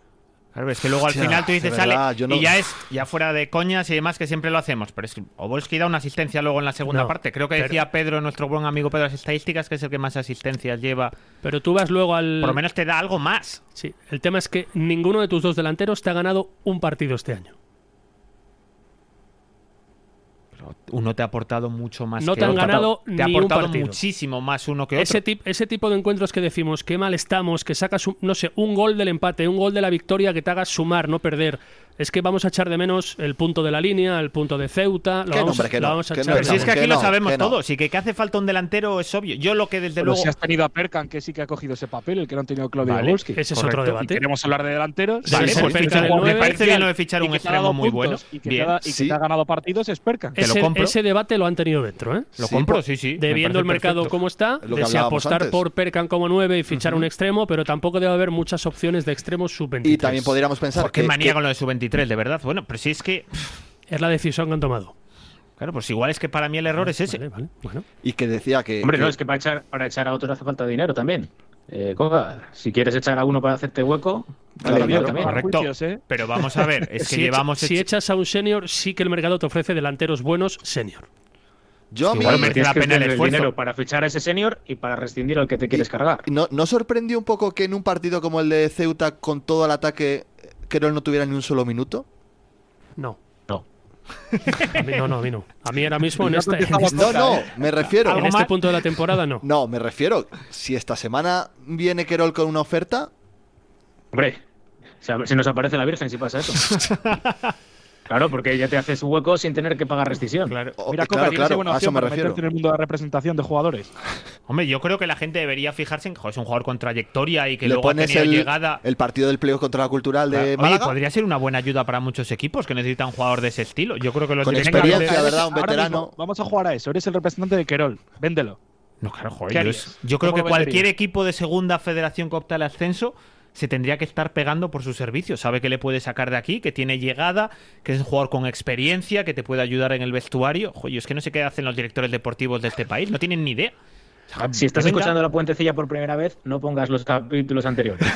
B: Claro, es que luego al
A: Hostia,
B: final tú dices,
A: de verdad,
B: sale,
A: yo no-
B: y ya es, ya fuera de coñas y demás, que siempre lo hacemos. Pero es que Obolski da una asistencia luego en la segunda
C: No,
B: parte. Creo que
C: pero-
B: decía Pedro, nuestro buen amigo Pedro, las estadísticas, que es el que más asistencias lleva.
C: Pero tú vas luego
F: Mm.
C: al.
B: Por lo menos te da algo más.
C: Sí, el tema es que ninguno de tus dos delanteros te ha ganado un partido este año.
B: Uno te ha aportado mucho más
C: No
B: que
C: te han
B: otro.
C: ganado
B: Te ha
C: ni un
B: aportado
C: partido.
B: muchísimo más uno que otro.
C: Ese, tip- ese tipo de encuentros que decimos, qué mal estamos, que sacas, un- no sé, un gol del empate, un gol de la victoria que te haga sumar, no perder. Es que vamos a echar de menos el punto de la línea, el punto de Ceuta. Lo
A: Que no,
C: vamos,
A: hombre, que
C: lo
A: no,
C: vamos a
A: que no
C: echar de
B: Pero si es
C: menos.
B: que
A: que
B: aquí lo
A: no,
B: sabemos
A: que no.
B: todos y que, que hace falta un delantero es obvio. Yo lo que desde
E: Pero
B: luego.
E: si has tenido a Perkan, que sí que ha cogido ese papel, el que no han tenido Claudio
B: Vale,
E: Obolski.
C: ese es
B: Correcto.
C: otro
E: Y
C: debate.
E: queremos hablar de delanteros.
C: Vale,
E: Sí,
C: pues
E: sí,
C: Perkan
E: sí.
C: el nueve,
B: me parece bien lo de fichar
E: Y
B: un
E: que te ha dado
B: extremo muy bueno.
E: puntos, Y que,
B: Bien.
E: Te, ha, y que
A: Sí.
E: te ha ganado partidos es Perkan.
B: Te lo
C: Ese-
B: compro.
C: ese debate lo han tenido dentro, ¿eh?
B: Lo
A: Sí,
B: compro,
E: pues,
A: por-
B: sí, sí. me parece
C: Debiendo el mercado
B: perfecto.
C: como está,
A: Lo que
C: de si
A: hablábamos
C: apostar
A: antes.
C: por Perkan como 9 y fichar un extremo, pero tampoco debe haber muchas opciones de extremos sub-23.
A: Y también podríamos pensar
B: ¿Por qué
A: que-
B: manía
A: que-
B: con lo de su 23, de verdad? Bueno, pero si es que.
C: Es la decisión que han tomado.
B: Claro, pues igual es que para mí el error es ese.
C: Vale, vale, bueno.
A: y que decía que,
F: Hombre,
A: que-
F: no, es que para echar, para echar a otro hace falta dinero también. Eh, coja, si quieres echar a uno para hacerte hueco, vale,
A: Claro,
F: dinero
A: claro,
F: también.
B: Correcto.
E: Juicios, ¿eh?
B: Pero vamos a ver, es que
C: si, echa-
B: llevamos.
C: si
B: hecho-
C: echas a un senior, sí que el mercado te ofrece delanteros buenos senior.
A: yo a mí
B: Igual merece
F: Tienes
B: la
F: que
B: pena el
F: tener
B: esfuerzo.
F: dinero para fichar a ese senior y para rescindir al que te quieres cargar.
A: ¿No, ¿No sorprendió un poco que en un partido como el de Ceuta, con todo el ataque, Querol no tuviera ni un solo minuto?
C: No.
F: No.
C: A mí, no, no, a mí no. A mí ahora mismo en, esta- en
E: empezaba
C: este,
A: No, no, me refiero.
C: en este punto de la temporada no.
A: No, me refiero. Si esta semana viene Querol con una oferta,
F: Hombre, se, se nos aparece la Virgen si pasa eso. claro, porque ya te haces hueco sin tener que pagar rescisión. Claro.
A: o-
E: Mira, Coca,
A: Oh, claro,
E: tienes
A: claro,
E: buena
A: a eso
E: opción
A: me
E: para
A: refiero.
E: meterte en el mundo de la representación de jugadores.
B: Hombre, yo creo que la gente debería fijarse en que jo, es un jugador con trayectoria y que
A: Le
B: luego ha
A: pones
B: tenido
A: el,
B: llegada.
A: el partido del playoff contra la cultural de
B: Oye,
A: Málaga.
B: podría ser una buena ayuda para muchos equipos que necesitan un jugador de ese estilo. Yo creo que los
A: Con
B: directivos-
A: experiencia,
B: Venga,
A: ¿verdad? Un
E: Ahora
A: veterano.
E: mismo, vamos a jugar a eso. Eres el representante de Querol. Véndelo.
B: No, claro,
E: ¿Qué
B: joder. Yo,
E: harías?
B: yo creo
E: ¿Cómo
B: que
E: lo
B: cualquier
E: venderías?
B: equipo de segunda federación que opta al ascenso se tendría que estar pegando por sus servicios. Sabe que le puede sacar de aquí, que tiene llegada, que es un jugador con experiencia, que te puede ayudar en el vestuario. Joder, es que no sé qué hacen los directores deportivos de este país, no tienen ni idea.
F: Ah, Si estás
B: Venga.
F: escuchando la puentecilla por primera vez, no pongas los capítulos anteriores.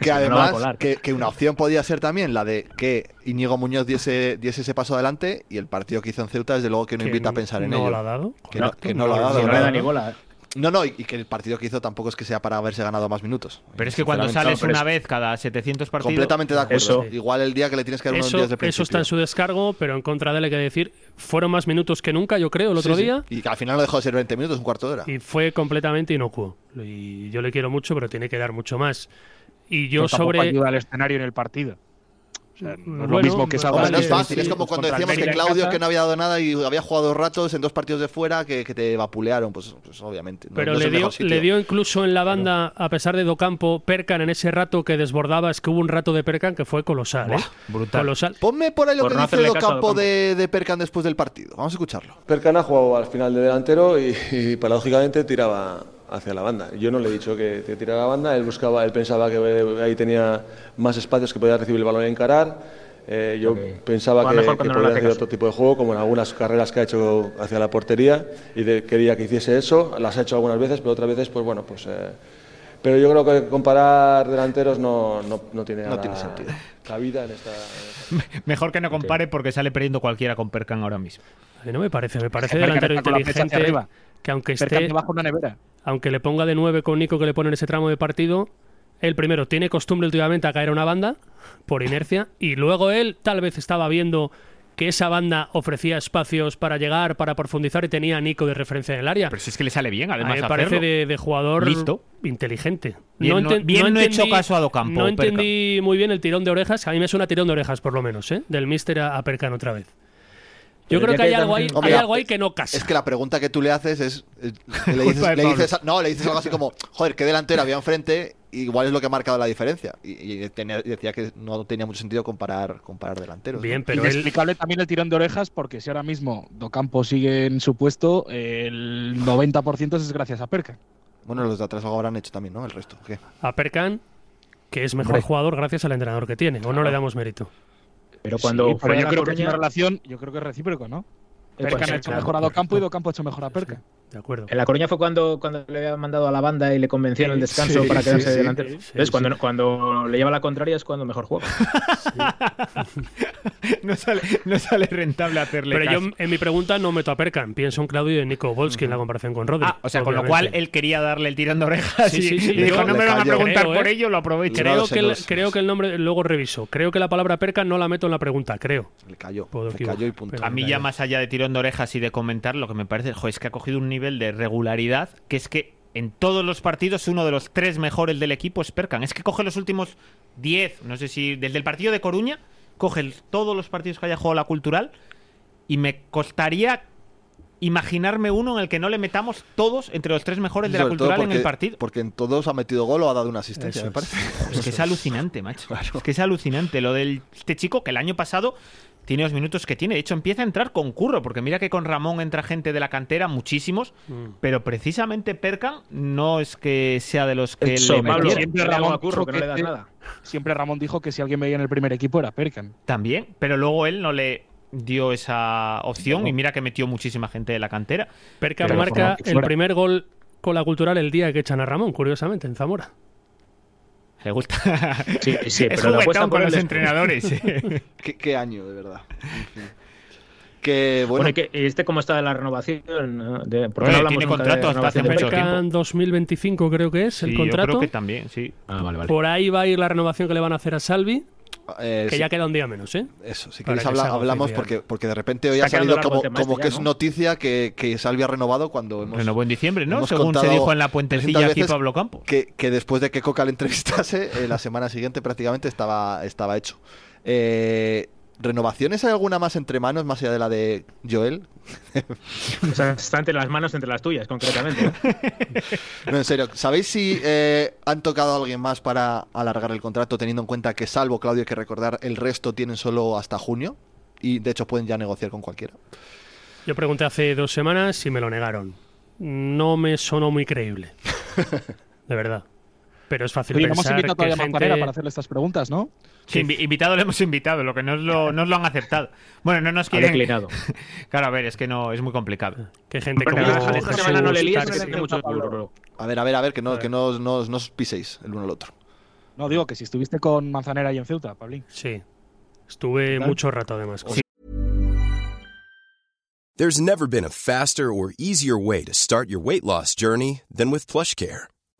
A: Que además, que, que una opción podía ser también la de que Íñigo Muñoz diese, diese ese paso adelante y el partido que hizo en Ceuta, desde luego que no
C: Que
A: invita a pensar en
C: no
A: ello.
C: lo ha dado.
A: Que no, que no lo ha dado.
F: Si no le
A: claro.
F: da ni bola. ¿eh?
A: No, no, y, y que el partido que hizo tampoco es que sea para haberse ganado más minutos.
B: Pero es que cuando
A: Sinceramente,
B: sales
A: no, pero
B: una
A: es
B: vez cada 700 partidos.
A: Completamente de acuerdo.
F: Eso.
A: Igual el día que le tienes que dar unos
C: Eso,
A: días de principio.
C: eso está en su descargo, pero en contra de él hay que decir, fueron más minutos que nunca, yo creo, el otro
A: Sí, sí.
C: día,
A: Y que al final no dejó de ser 20 minutos, un cuarto de hora.
C: y fue completamente inocuo. Y yo le quiero mucho, pero tiene que dar mucho más. Y yo
E: Pero tampoco
C: sobre...
E: ayuda al escenario en el partido. O sea, no es
C: Bueno,
E: lo mismo que esa
A: Hombre,
C: vale,
A: no es fácil,
C: sí,
A: es como cuando
E: contra el
A: decíamos que
E: Mérida en
A: Claudio
E: casa.
A: que no había dado nada y había jugado dos ratos en dos partidos de fuera que, que te vapulearon, pues, pues obviamente. no-
C: Pero
A: no es
C: le,
A: el
C: dio,
A: mejor sitio.
C: le dio incluso en la banda, a pesar de Docampo, Percan en ese rato que desbordaba, es que hubo un rato de Percan que fue colosal. ¿eh? Colosal.
A: Ponme por ahí lo
F: Por
A: que
F: no
A: dice
F: hacerle
A: Do
F: caso a Do
A: Campo
F: Campo.
A: de, de Perkan después del partido. Vamos a escucharlo.
H: Percana ha jugado al final de delantero y, y paradójicamente tiraba hacia la banda. Yo no le he dicho que, que tirara a la banda, él buscaba, él pensaba que eh, ahí tenía más espacios que podía recibir el balón y encarar. Eh, yo pensaba
F: Juega
H: que,
F: mejor
H: que
F: cuando no le
H: podía
F: hace
H: hacer
F: caso.
H: otro tipo de juego, como en algunas carreras que ha hecho hacia la portería y de- quería que hiciese eso. Las ha hecho algunas veces, pero otras veces, pues bueno, pues. eh, pero yo creo que comparar delanteros no, no, no tiene, nada-
A: tiene sentido.
H: cabida en esta- en esta...
B: Mejor que no compare porque sale perdiendo cualquiera con Perkan ahora mismo.
C: A mí No me parece, me parece
E: Perkan
C: delantero
E: está con la flecha hacia
C: inteligente Este
E: arriba.
C: que aunque
E: Cerca
C: esté,
E: debajo de una nevera.
C: aunque le ponga de nueve con Nico que le pone en ese tramo de partido, él primero tiene costumbre últimamente a caer a una banda por inercia y luego él tal vez estaba viendo que esa banda ofrecía espacios para llegar, para profundizar y tenía a Nico de referencia en el área.
B: Pero si es que le sale bien,
C: A
B: además.
C: mí me parece
B: hacerlo.
C: de, de jugador
B: Listo.
C: inteligente.
B: Bien no-
C: enten-
B: bien no he hecho caso a Docampo,
C: No
B: Perkan.
C: entendí muy bien el tirón de orejas. A mí me suena tirón de orejas, por lo menos, ¿eh? del míster a, a Perkan otra vez. Yo
F: Pero
C: creo
F: ya
C: que hay
F: que
C: algo, ahí,
F: también-
C: hay
A: Hombre,
C: algo ahí que no casa.
A: Es que la pregunta que tú le haces es. es- le, dices, le dices- no, le dices algo así como: joder, qué delantero había enfrente, igual es lo que ha marcado la diferencia. Y, y tenía- y decía que no tenía mucho sentido comparar, comparar delanteros. ¿no?
C: Bien, pero él,
E: Inexplicable también el tirón de orejas, porque si ahora mismo Docampo sigue en su puesto, el 90% es gracias a Perca.
A: Bueno, los de atrás algo habrán hecho también, ¿no? El resto. ¿qué?
C: a Perkan, que es mejor jugador gracias al entrenador que tiene, o no le damos mérito.
F: Pero cuando
E: Sí, pero
F: fue a
E: yo
F: La
E: creo que es
F: Coruña,
E: una relación, yo creo que es recíproco, ¿no?
F: eh,
E: Perca
F: pues,
E: ha hecho
F: claro,
E: mejor a Docampo y Docampo ha hecho mejor a Perca.
C: De acuerdo.
F: En La Coruña fue cuando, cuando le habían mandado a la banda y le convenció en el descanso
E: Sí,
F: para
E: sí,
F: quedarse
E: sí,
F: delantero.
C: sí,
F: Entonces,
C: sí.
F: cuando, cuando le lleva la contraria es cuando mejor juega.
B: No sale, no sale rentable hacerle
C: Pero
B: caso.
C: yo en mi pregunta no meto a Perkan, pienso en Claudio y en Nico Volsky en la comparación con Rodri.
B: Ah, o sea, con lo cual
C: obviamente.
B: él quería darle el tirón de orejas
C: Sí,
B: y,
C: sí, sí,
B: y
C: yo-
B: dijo, no
A: le
B: me van a
A: cayó.
B: preguntar
C: Creo,
B: por
C: ¿eh?
B: ello, lo aprovecho.
A: No
C: Creo
A: lo sé,
C: que, el,
A: no lo sé,
C: creo
A: no
C: que el nombre, luego reviso, creo que la palabra Perkan no la meto en la pregunta, creo.
A: Le cayó.
C: Puedo
A: le
C: equivocar,
A: cayó y punto.
C: pero-
B: A mí ya más allá de tirón de orejas y de comentar, lo que me parece jo, es que ha cogido un nivel de regularidad que es que en todos los partidos uno de los tres mejores del equipo es Perkan. Es que coge los últimos 10, no sé si desde el partido de Coruña, coge el- todos los partidos que haya jugado la cultural y me costaría imaginarme uno en el que no le metamos todos entre los tres mejores de la
A: Sobre todo
B: cultural en el partido.
A: Porque en todos ha metido gol o ha dado una asistencia,
C: Eso
A: me parece.
B: Es Pues que es alucinante, macho. Es que es alucinante lo del este chico que el año pasado tiene los minutos que tiene. De hecho, empieza a entrar con curro, porque mira que con Ramón entra gente de la cantera, muchísimos,
C: Mm.
B: pero precisamente Percan no es que sea de los que
F: Eso,
B: le
F: Pablo,
B: metieron.
F: siempre Ramón a Curro,
E: dijo
F: que no le das
E: que-
F: nada.
E: Siempre Ramón dijo que si alguien veía en el primer equipo era Percan.
B: también, pero luego él no le dio esa opción y mira que metió muchísima gente de la cantera.
C: Perkan
B: Pero
C: marca
E: por lo que
C: el
E: fuera.
C: primer gol con la cultural el día que echan a Ramón, curiosamente, en Zamora.
B: Le gusta.
F: Sí, sí,
B: es
F: pero la apuesta por
B: juguetón con
F: el
B: los
F: escudo.
B: entrenadores.
A: ¿Qué, qué año, de verdad. En fin. Que bueno,
F: Bueno, y que- y este cómo está de la renovación. ¿no? De, ¿por qué
B: Bueno,
F: no hablamos
B: tiene
F: nunca de
B: contrato hasta hace
F: renovación de
B: mucho
F: Perkan?
C: Perkan 2025 creo que es el
B: Sí, Yo
C: contrato.
B: creo que también, sí.
F: Ah, vale, vale.
C: Por ahí va a ir la renovación que le van a hacer a Salvi,
A: eh,
C: que
A: sí,
C: ya queda un día menos, ¿eh?
A: Eso, si
C: Para
A: queréis
C: que
A: habla-
C: se haga
A: hablamos
C: oficial.
A: porque, porque de repente hoy
F: Está
A: ha salido
F: quedando largo
A: como,
F: el tema este
A: como
F: ya,
A: que es
F: ¿no?
A: noticia que, que Salvi ha renovado cuando hemos,
B: Renovó en diciembre, ¿no?
A: hemos
B: Según se
A: contado
B: dijo en la
A: 300
B: puentecilla aquí
A: veces
B: Pablo Campo.
A: que, que después de que Coca le entrevistase, eh, la semana siguiente prácticamente estaba, estaba hecho. Eh, ¿Renovaciones hay alguna más entre manos, más allá de la de Joel?
F: O sea, está entre las manos, entre las tuyas, concretamente. ¿no?
A: No, en serio, ¿sabéis si eh, han tocado a alguien más para alargar el contrato, teniendo en cuenta que, salvo Claudio, hay que recordar, el resto tienen solo hasta junio? Y de hecho pueden ya negociar con cualquiera.
C: Yo pregunté hace dos semanas y me lo negaron. No me sonó muy creíble. De verdad. Pero es fácil
E: Oye, no hemos
C: pensar
E: invitado
C: que
E: todavía a
C: gente...
E: Manzanera para hacerle estas preguntas, ¿no?
B: Sí, invi- invitado lo hemos invitado, lo que no os lo, no os lo han aceptado. Bueno, no nos
F: Ha
B: quieren.
F: declinado.
B: Claro, a ver, es que no, es muy complicado.
C: que gente
F: Bueno,
C: como
F: déjale, esta
C: Jesús
F: semana no le líes, ¿eh?
C: Tax-
F: que tiene mucho duro.
A: A ver, a ver, a ver, que no, que no, os- no os- no os piséis el uno al otro.
E: No, digo que si estuviste con Manzanera y en Ceuta, Pablín.
C: Sí. Estuve
E: ¿Tal?
C: mucho rato además. con-
I: There's never been a faster or easier way to start your weight loss journey than with PlushCare.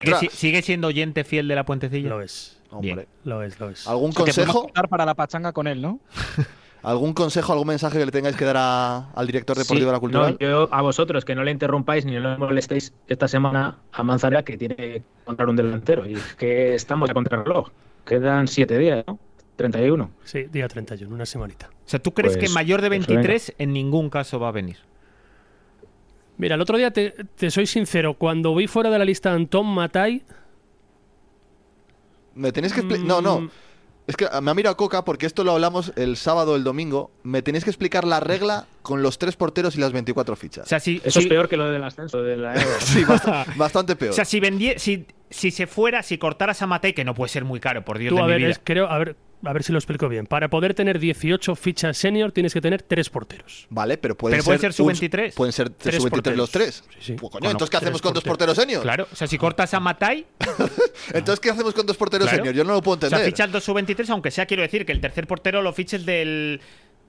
B: ¿Sigue si- ¿Sigue siendo oyente fiel de la puentecilla? Lo
C: es.
B: Hombre.
C: Lo es, lo es.
A: ¿Algún
E: Que te podemos
A: consejo?
E: juntar para la pachanga con él, ¿no?
A: ¿Algún consejo, algún mensaje que le tengáis que dar a- al director deportivo
F: Sí,
A: de la cultura?
F: no, yo a vosotros, que no le interrumpáis ni le molestéis esta semana a Manzanera, que tiene que encontrar un delantero. Y es que estamos a contrarreloj. Quedan siete días, ¿no? 31.
C: Sí, día 31, una semanita.
B: O sea, ¿tú crees
F: Pues-
B: que mayor de
F: pues
B: 23 en ningún caso va a venir?
C: Mira, el otro día te, te soy sincero, cuando vi fuera de la lista a Antón Matai,
A: Me tenéis que expli- No, no. Es que ah, me ha mirado Coca porque esto lo hablamos el sábado, el domingo. Me tenéis que explicar la regla con los tres porteros y las 24 fichas.
B: O sea, si,
F: Eso
B: si-
F: es peor que lo del ascenso de la Evo.
A: Sí, bast- bastante peor.
B: o sea, si, vendie- si, si se fuera, si cortaras a Matei, que no puede ser muy caro, por Dios
C: tú
B: de
C: a
B: mi
C: ver,
B: vida.
C: es- creo, a ver, a ver si lo explico bien. Para poder tener 18 fichas senior tienes que tener tres porteros.
A: Vale, pero pueden
B: Pero puede
A: ser
B: ser
A: un-
B: sub-23.
A: Pueden ser
C: Tres
A: sub-23 los tres.
C: porteros. Sí, sí.
A: Pues, coño,
B: Bueno,
A: entonces ¿qué
C: tres
A: hacemos con dos
C: porteros.
A: porteros senior?
B: Claro, o sea, si cortas a Matai,
A: Entonces ¿qué hacemos con dos porteros
B: Claro.
A: senior? Yo no lo puedo
B: o sea,
A: entender.
B: fichas dos sub-23, aunque sea, quiero decir, que el tercer portero lo fiches del...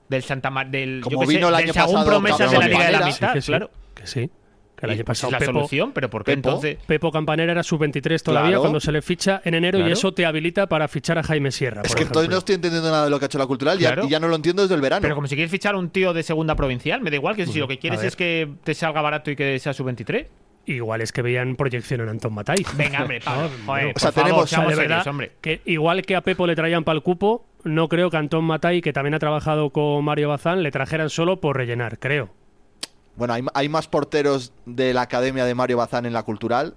B: Del Santa Mar, del,
A: Como
B: yo qué sé,
A: vino el
B: del
A: año
B: Sahagún
A: pasado,
B: promesas de la
A: campeón
B: Liga de la
A: Valera.
B: Mitad,
C: que sí,
B: claro.
C: Que sí. Que el
B: Y, pues,
C: año pasado
B: es la
C: Pepo-
B: solución, pero ¿por qué
A: Pepo.
B: entonces?
C: Pepo Campanera era sub-23 todavía
A: Claro.
C: cuando se le ficha en enero y
B: Claro.
C: eso te habilita para fichar a Jaime Sierra.
A: es
C: Ah, por
A: que entonces no
C: ejemplo.
A: estoy entendiendo nada de lo que ha hecho la cultural ya-
B: Claro.
A: y ya no lo entiendo desde el verano.
B: Pero como si quieres fichar a un tío de segunda provincial, me da igual, que si lo que quieres
C: ver.
B: es que te salga barato y que sea sub-23.
C: Igual es que veían proyección en Antón Matai.
B: Venga, hombre, Pablo, joder,
A: O sea,
B: por favor,
A: tenemos-
B: seamos
C: O sea, de
B: serios,
C: verdad,
B: hombre.
C: que igual que a Pepo le traían para el cupo, no creo que a Antón Matai, que también ha trabajado con Mario Bazán, le trajeran solo por rellenar, creo.
A: Bueno, hay, hay más porteros de la academia de Mario Bazán en la cultural.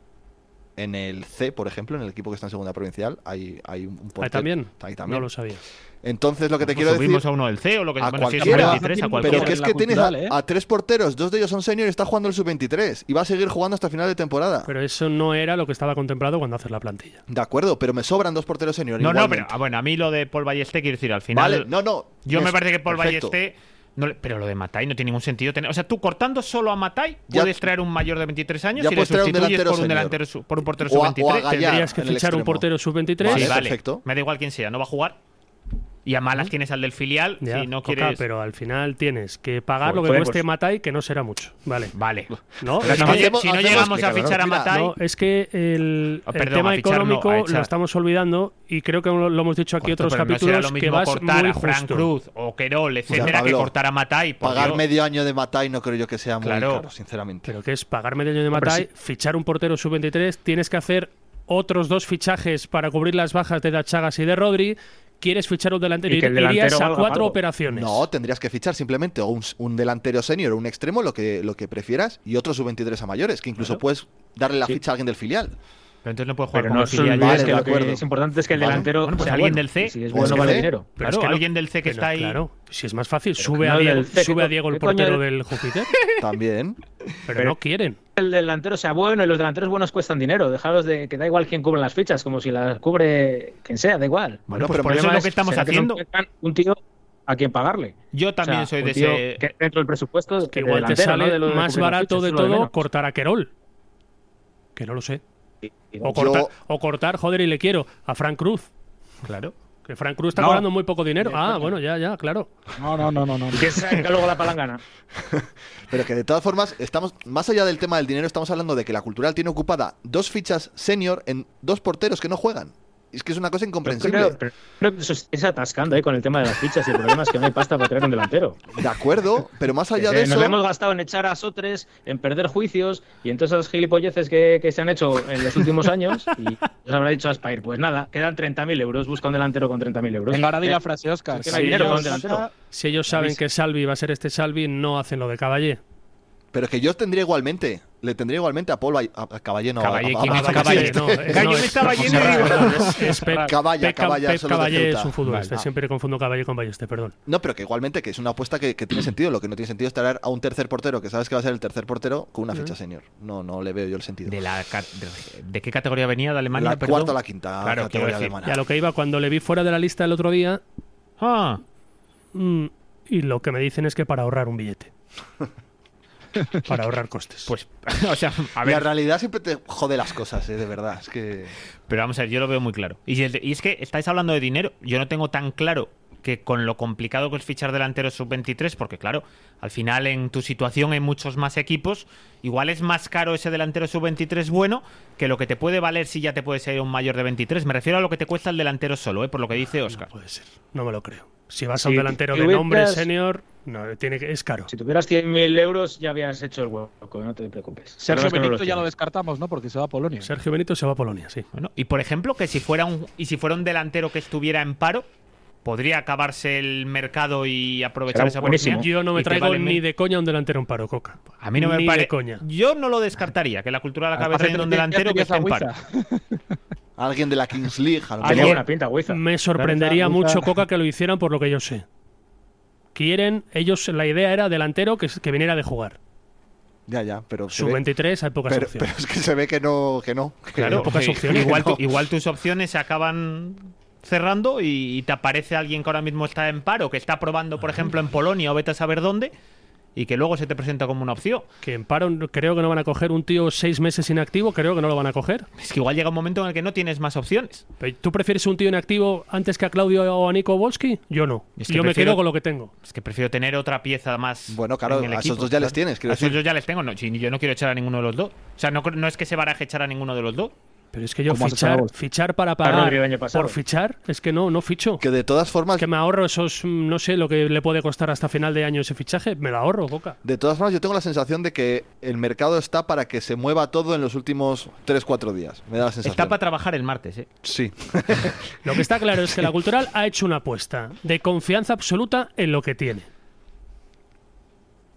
A: En el C, por ejemplo, en el equipo que está en segunda provincial, hay, hay un portero.
C: Ahí también.
A: Pues Ahí también.
C: No lo sabía.
A: Entonces, lo que te
B: Pues
A: quiero
B: subimos
A: decir.
B: a uno del C o lo que
A: a
B: bueno, si es
A: cualquiera.
B: sub-23, a cualquiera.
A: Pero que es
E: en la
A: que tienes a,
E: cultural, ¿eh?
A: a tres porteros, dos de ellos son senior y está jugando el sub-23 y va a seguir jugando hasta final de temporada.
C: Pero eso no era lo que estaba contemplado cuando haces la plantilla.
A: de acuerdo, pero me sobran dos porteros senior.
B: No, no,
A: igualmente.
B: pero ah, bueno, a mí lo de Paul Ballesté, quiero decir, al final.
A: Vale, no, no.
B: yo me
A: es-
B: parece que Paul
A: perfecto.
B: Ballesté. no le- pero lo de Matai no tiene ningún sentido. tener- o sea, tú cortando solo a Matai,
A: Ya-
B: puedes traer un mayor de 23 años
A: ya
B: y le
A: puedes traer un
B: sustituyes
A: delantero
B: por un,
A: senior.
B: delantero, su- por un portero
A: O a- o a
B: sub-23.
A: Gallar.
C: Tendrías que
A: en el
C: fichar un
A: extremo.
C: portero sub-23.
A: Vale,
B: Sí, vale.
A: perfecto.
B: Me da igual quién sea, no va a jugar. Y a malas tienes al del filial
C: Ya,
B: si no
C: Coca,
B: quieres.
C: pero al final tienes que pagar
F: Joder,
C: lo que
F: joder,
C: cueste
F: pues-
C: Matai, que no será mucho. Vale.
B: Vale.
C: No,
B: Pero
C: es
B: si no,
C: que-
A: Hacemos-
B: si no
A: hacemos-
B: llegamos a
A: explícalo,
B: fichar a
A: mira,
B: Matai.
C: No, es que el,
B: Ah,
C: el
B: perdón,
C: tema
B: a fichar no,
C: económico
B: a echar.
C: lo estamos olvidando y creo que lo hemos dicho aquí
B: Corto,
C: otros
B: pero no será
C: capítulos
B: lo mismo
C: que vas
B: cortar
C: muy
B: a Frank
C: justo.
B: Cruz o Querol, etcétera, que
A: Pablo,
B: cortar a Matai. por
A: Pagar
B: Dios.
A: medio año de Matai no creo yo que sea muy
B: Claro.
A: caro, sinceramente.
C: Pero que es pagar medio año de Matai, fichar un portero sub-23, tienes que hacer otros dos fichajes para cubrir las bajas de Dachagas y de Rodri, quieres fichar un delantero,
F: Y que el
C: irías
F: delantero
C: a
F: valga
C: cuatro
F: algo.
C: operaciones.
A: No, tendrías que fichar simplemente o un, un delantero senior o un extremo, lo que, lo que prefieras, y otro sub-23 a mayores, que incluso puedes darle la ficha a alguien del filial.
B: Pero entonces no puede jugar
F: Pero
B: como
F: no os
B: filial.
F: olvidéis
A: Vale,
F: que
A: de
F: lo
A: acuerdo.
F: que es importante es que el
A: Vale.
F: delantero
B: Bueno, pues
F: sea
B: alguien
F: bueno.
B: del C.
F: Y Si es
A: Pues
F: bueno,
A: del
F: vale
A: C.
F: dinero.
B: Pero
C: Claro,
B: es que
C: al-
B: alguien del C que
C: Pero
B: está ahí.
C: Claro, si es más fácil,
F: Pero
C: sube,
F: que
C: a
F: no del
C: Diego,
F: C,
C: sube a
F: ¿qué
C: Diego el
F: coño
C: portero
F: de-
C: del Júpiter,
A: También.
C: pero no quieren.
F: El delantero sea bueno y los delanteros buenos cuestan dinero. Dejaros de que da igual quién cubre las fichas, como si las cubre quien sea, da igual.
A: Bueno,
B: pues
A: pero
B: por
A: el
B: eso es
F: problema
B: lo que estamos
F: ¿será
B: haciendo.
F: no encuentran un tío a quien pagarle.
B: Yo
F: O sea,
B: también soy
F: un
B: de
F: tío
B: ese.
F: que dentro del presupuesto
C: Que
F: de
C: igual te
F: delantero,
C: sale
F: ¿no? De lo de
C: más
F: cubrir las
C: barato
F: fichas,
C: de
F: es lo
C: todo
F: menos.
C: cortar a Querol. Que no lo sé. O,
A: Yo-
C: cortar, o cortar, joder, y le quiero a Frank Cruz.
B: Claro.
C: Que Frank Cruz está
F: No.
C: cobrando muy poco dinero. Ah, bueno, ya, ya, claro.
E: No, no, no, no. no.
F: Y que saca luego la palangana.
A: Pero que de todas formas, estamos más allá del tema del dinero, estamos hablando de que la cultural tiene ocupada dos fichas senior en dos porteros que no juegan. Es que es una cosa incomprensible.
F: Yo Creo, creo que eso es, es atascando ahí con el tema de las fichas y el problema es que no hay pasta para traer un delantero.
A: De acuerdo, pero más allá
F: Que
A: de
F: nos
A: eso-
F: la hemos gastado en echar a Sotres, en perder juicios y en todas esas gilipolleces que, que se han hecho en los últimos años. Y nos habrá dicho a Spire, pues nada, quedan 30.000 euros, busca un delantero con 30.000 euros.
E: Venga, ahora di
F: Eh,
E: la frase, Oscar.
F: es que no hay dinero para un delantero.
C: Si ellos saben que Salvi va a ser este Salvi, no hacen lo de Caballé.
A: Pero es que yo tendría igualmente. Le tendría igualmente a Polo a, a a Caballé, no.
C: Caballé,
A: a,
C: ¿quién
A: a-
C: es
A: a-
C: Caballé?
A: a-
C: No, es- no, es- es- es- es Pep-
A: Caballa,
C: Pep-
A: Caballa,
C: Pep
A: son los de
C: Caballé
A: Ceuta.
C: es un futbolista.
A: Vale.
C: Siempre confundo Caballé con Ballester, perdón.
A: No, pero que igualmente que es una apuesta que, que tiene sentido. Lo que no tiene sentido es traer a un tercer portero, que sabes que va a ser el tercer portero, con una
B: Ujú.
A: fecha senior. No, no le veo yo el sentido.
B: De, la, ca- de, de qué categoría venía? ¿De Alemania?
A: La
B: perdón?
A: cuarta o la quinta
B: Claro,
A: categoría
B: quiero decir,
A: alemana.
C: Y a lo que iba, cuando le vi fuera de la lista el otro día.
B: Ah.
C: mm, Y lo que me dicen es que para ahorrar un billete. para ahorrar costes.
B: Pues, o sea, a
A: La
B: ver.
A: realidad siempre te jode las cosas, eh, de verdad. Es que.
B: Pero vamos a ver, yo lo veo muy claro. Y, el- y es que estáis hablando de dinero. Yo no tengo tan claro que con lo complicado que es fichar delanteros sub-23, porque claro, al final en tu situación hay muchos más equipos, igual es más caro ese delantero sub-23 bueno que lo que te puede valer si ya te puede ser un mayor de 23. Me refiero a lo que te cuesta el delantero solo, ¿eh? por lo que
F: Ah,
B: dice Oscar.
C: puede ser. No me lo creo. Si vas a un
F: Sí,
C: delantero
F: y
C: de nombre
F: ubicas-
C: senior, no, tiene que, es caro.
F: Si tuvieras 100.000 euros ya habías hecho el hueco, no te preocupes. El problema
E: Sergio
F: es que no
E: Benito
F: los
E: ya lo
F: tienes.
E: descartamos, ¿no? Porque se va a Polonia.
C: Sergio Benito se va a Polonia, sí.
B: Bueno, y por ejemplo, que si fuera un y si fuera un delantero que estuviera en paro, podría acabarse el mercado y aprovechar
F: Será
B: esa
F: buenísimo.
B: oportunidad.
C: Yo no me
B: Y te
C: traigo
B: vale
C: ni
B: men-
C: de coña un delantero en paro, Coca.
B: A mí no me
C: Ni
B: parece.
C: de coña.
B: Yo no lo descartaría, que la cultura la acabe
E: Hace
B: trayendo un
E: tres días
B: delantero que
E: tenías
B: esté
E: a
B: en paro.
E: Huiza.
A: Alguien de la Kings League, a lo
F: Tenía
A: mejor.
F: buena pinta, Guiza.
C: Me sorprendería
E: Claro, está-
C: mucho, Coca, que lo hicieran por lo que yo sé. Quieren, ellos, la idea era delantero que, que viniera de jugar.
A: Ya, ya, pero. se
C: Sub
A: ve-
C: 23 hay pocas
A: pero,
C: opciones.
A: pero es que se ve que no. Que no que-
B: Claro,
C: pocas
B: sí.
C: opciones.
B: Igual,
A: No.
B: tu- igual tus opciones se acaban cerrando y, y te aparece alguien que ahora mismo está en paro, que está probando, por ejemplo, en Polonia o vete a saber dónde, y que luego se te presenta como una opción.
C: Que en paro no- creo que no van a coger un tío seis meses inactivo, creo que no lo van a coger.
B: Es que igual llega un momento en el que no tienes más opciones.
C: Pero, ¿Tú prefieres un tío inactivo antes que a Claudio o a Nico Wolski? Yo no.
B: Es que
C: yo me
B: prefiero-
C: quedo con lo que tengo.
B: Es que prefiero tener otra pieza más.
A: Bueno, claro,
B: en el
A: a
B: equipo,
A: esos dos ya les tienes, quiero
B: A esos
A: decir.
B: dos ya les tengo. No, si yo no quiero echar a ninguno de los dos. O sea, no, no es que se baraje echar a ninguno de los dos.
C: Pero es que yo
E: ¿Cómo has
C: fichar,
E: echado a Wolski?
C: fichar para
F: Rodrigo el
C: pagar
F: año pasado.
C: por fichar, es que no, no ficho.
A: Que de todas formas.
C: Que me ahorro esos, mm, no sé, lo que le puede costar hasta final de año ese fichaje, me lo ahorro, Coca.
A: De todas formas, yo tengo la sensación de que el mercado está para que se mueva todo en los últimos 3-4 días. Me da la sensación.
B: Está para trabajar el martes, ¿eh?
A: Sí.
C: Lo que está claro es que la cultural ha hecho una apuesta de confianza absoluta en lo que tiene.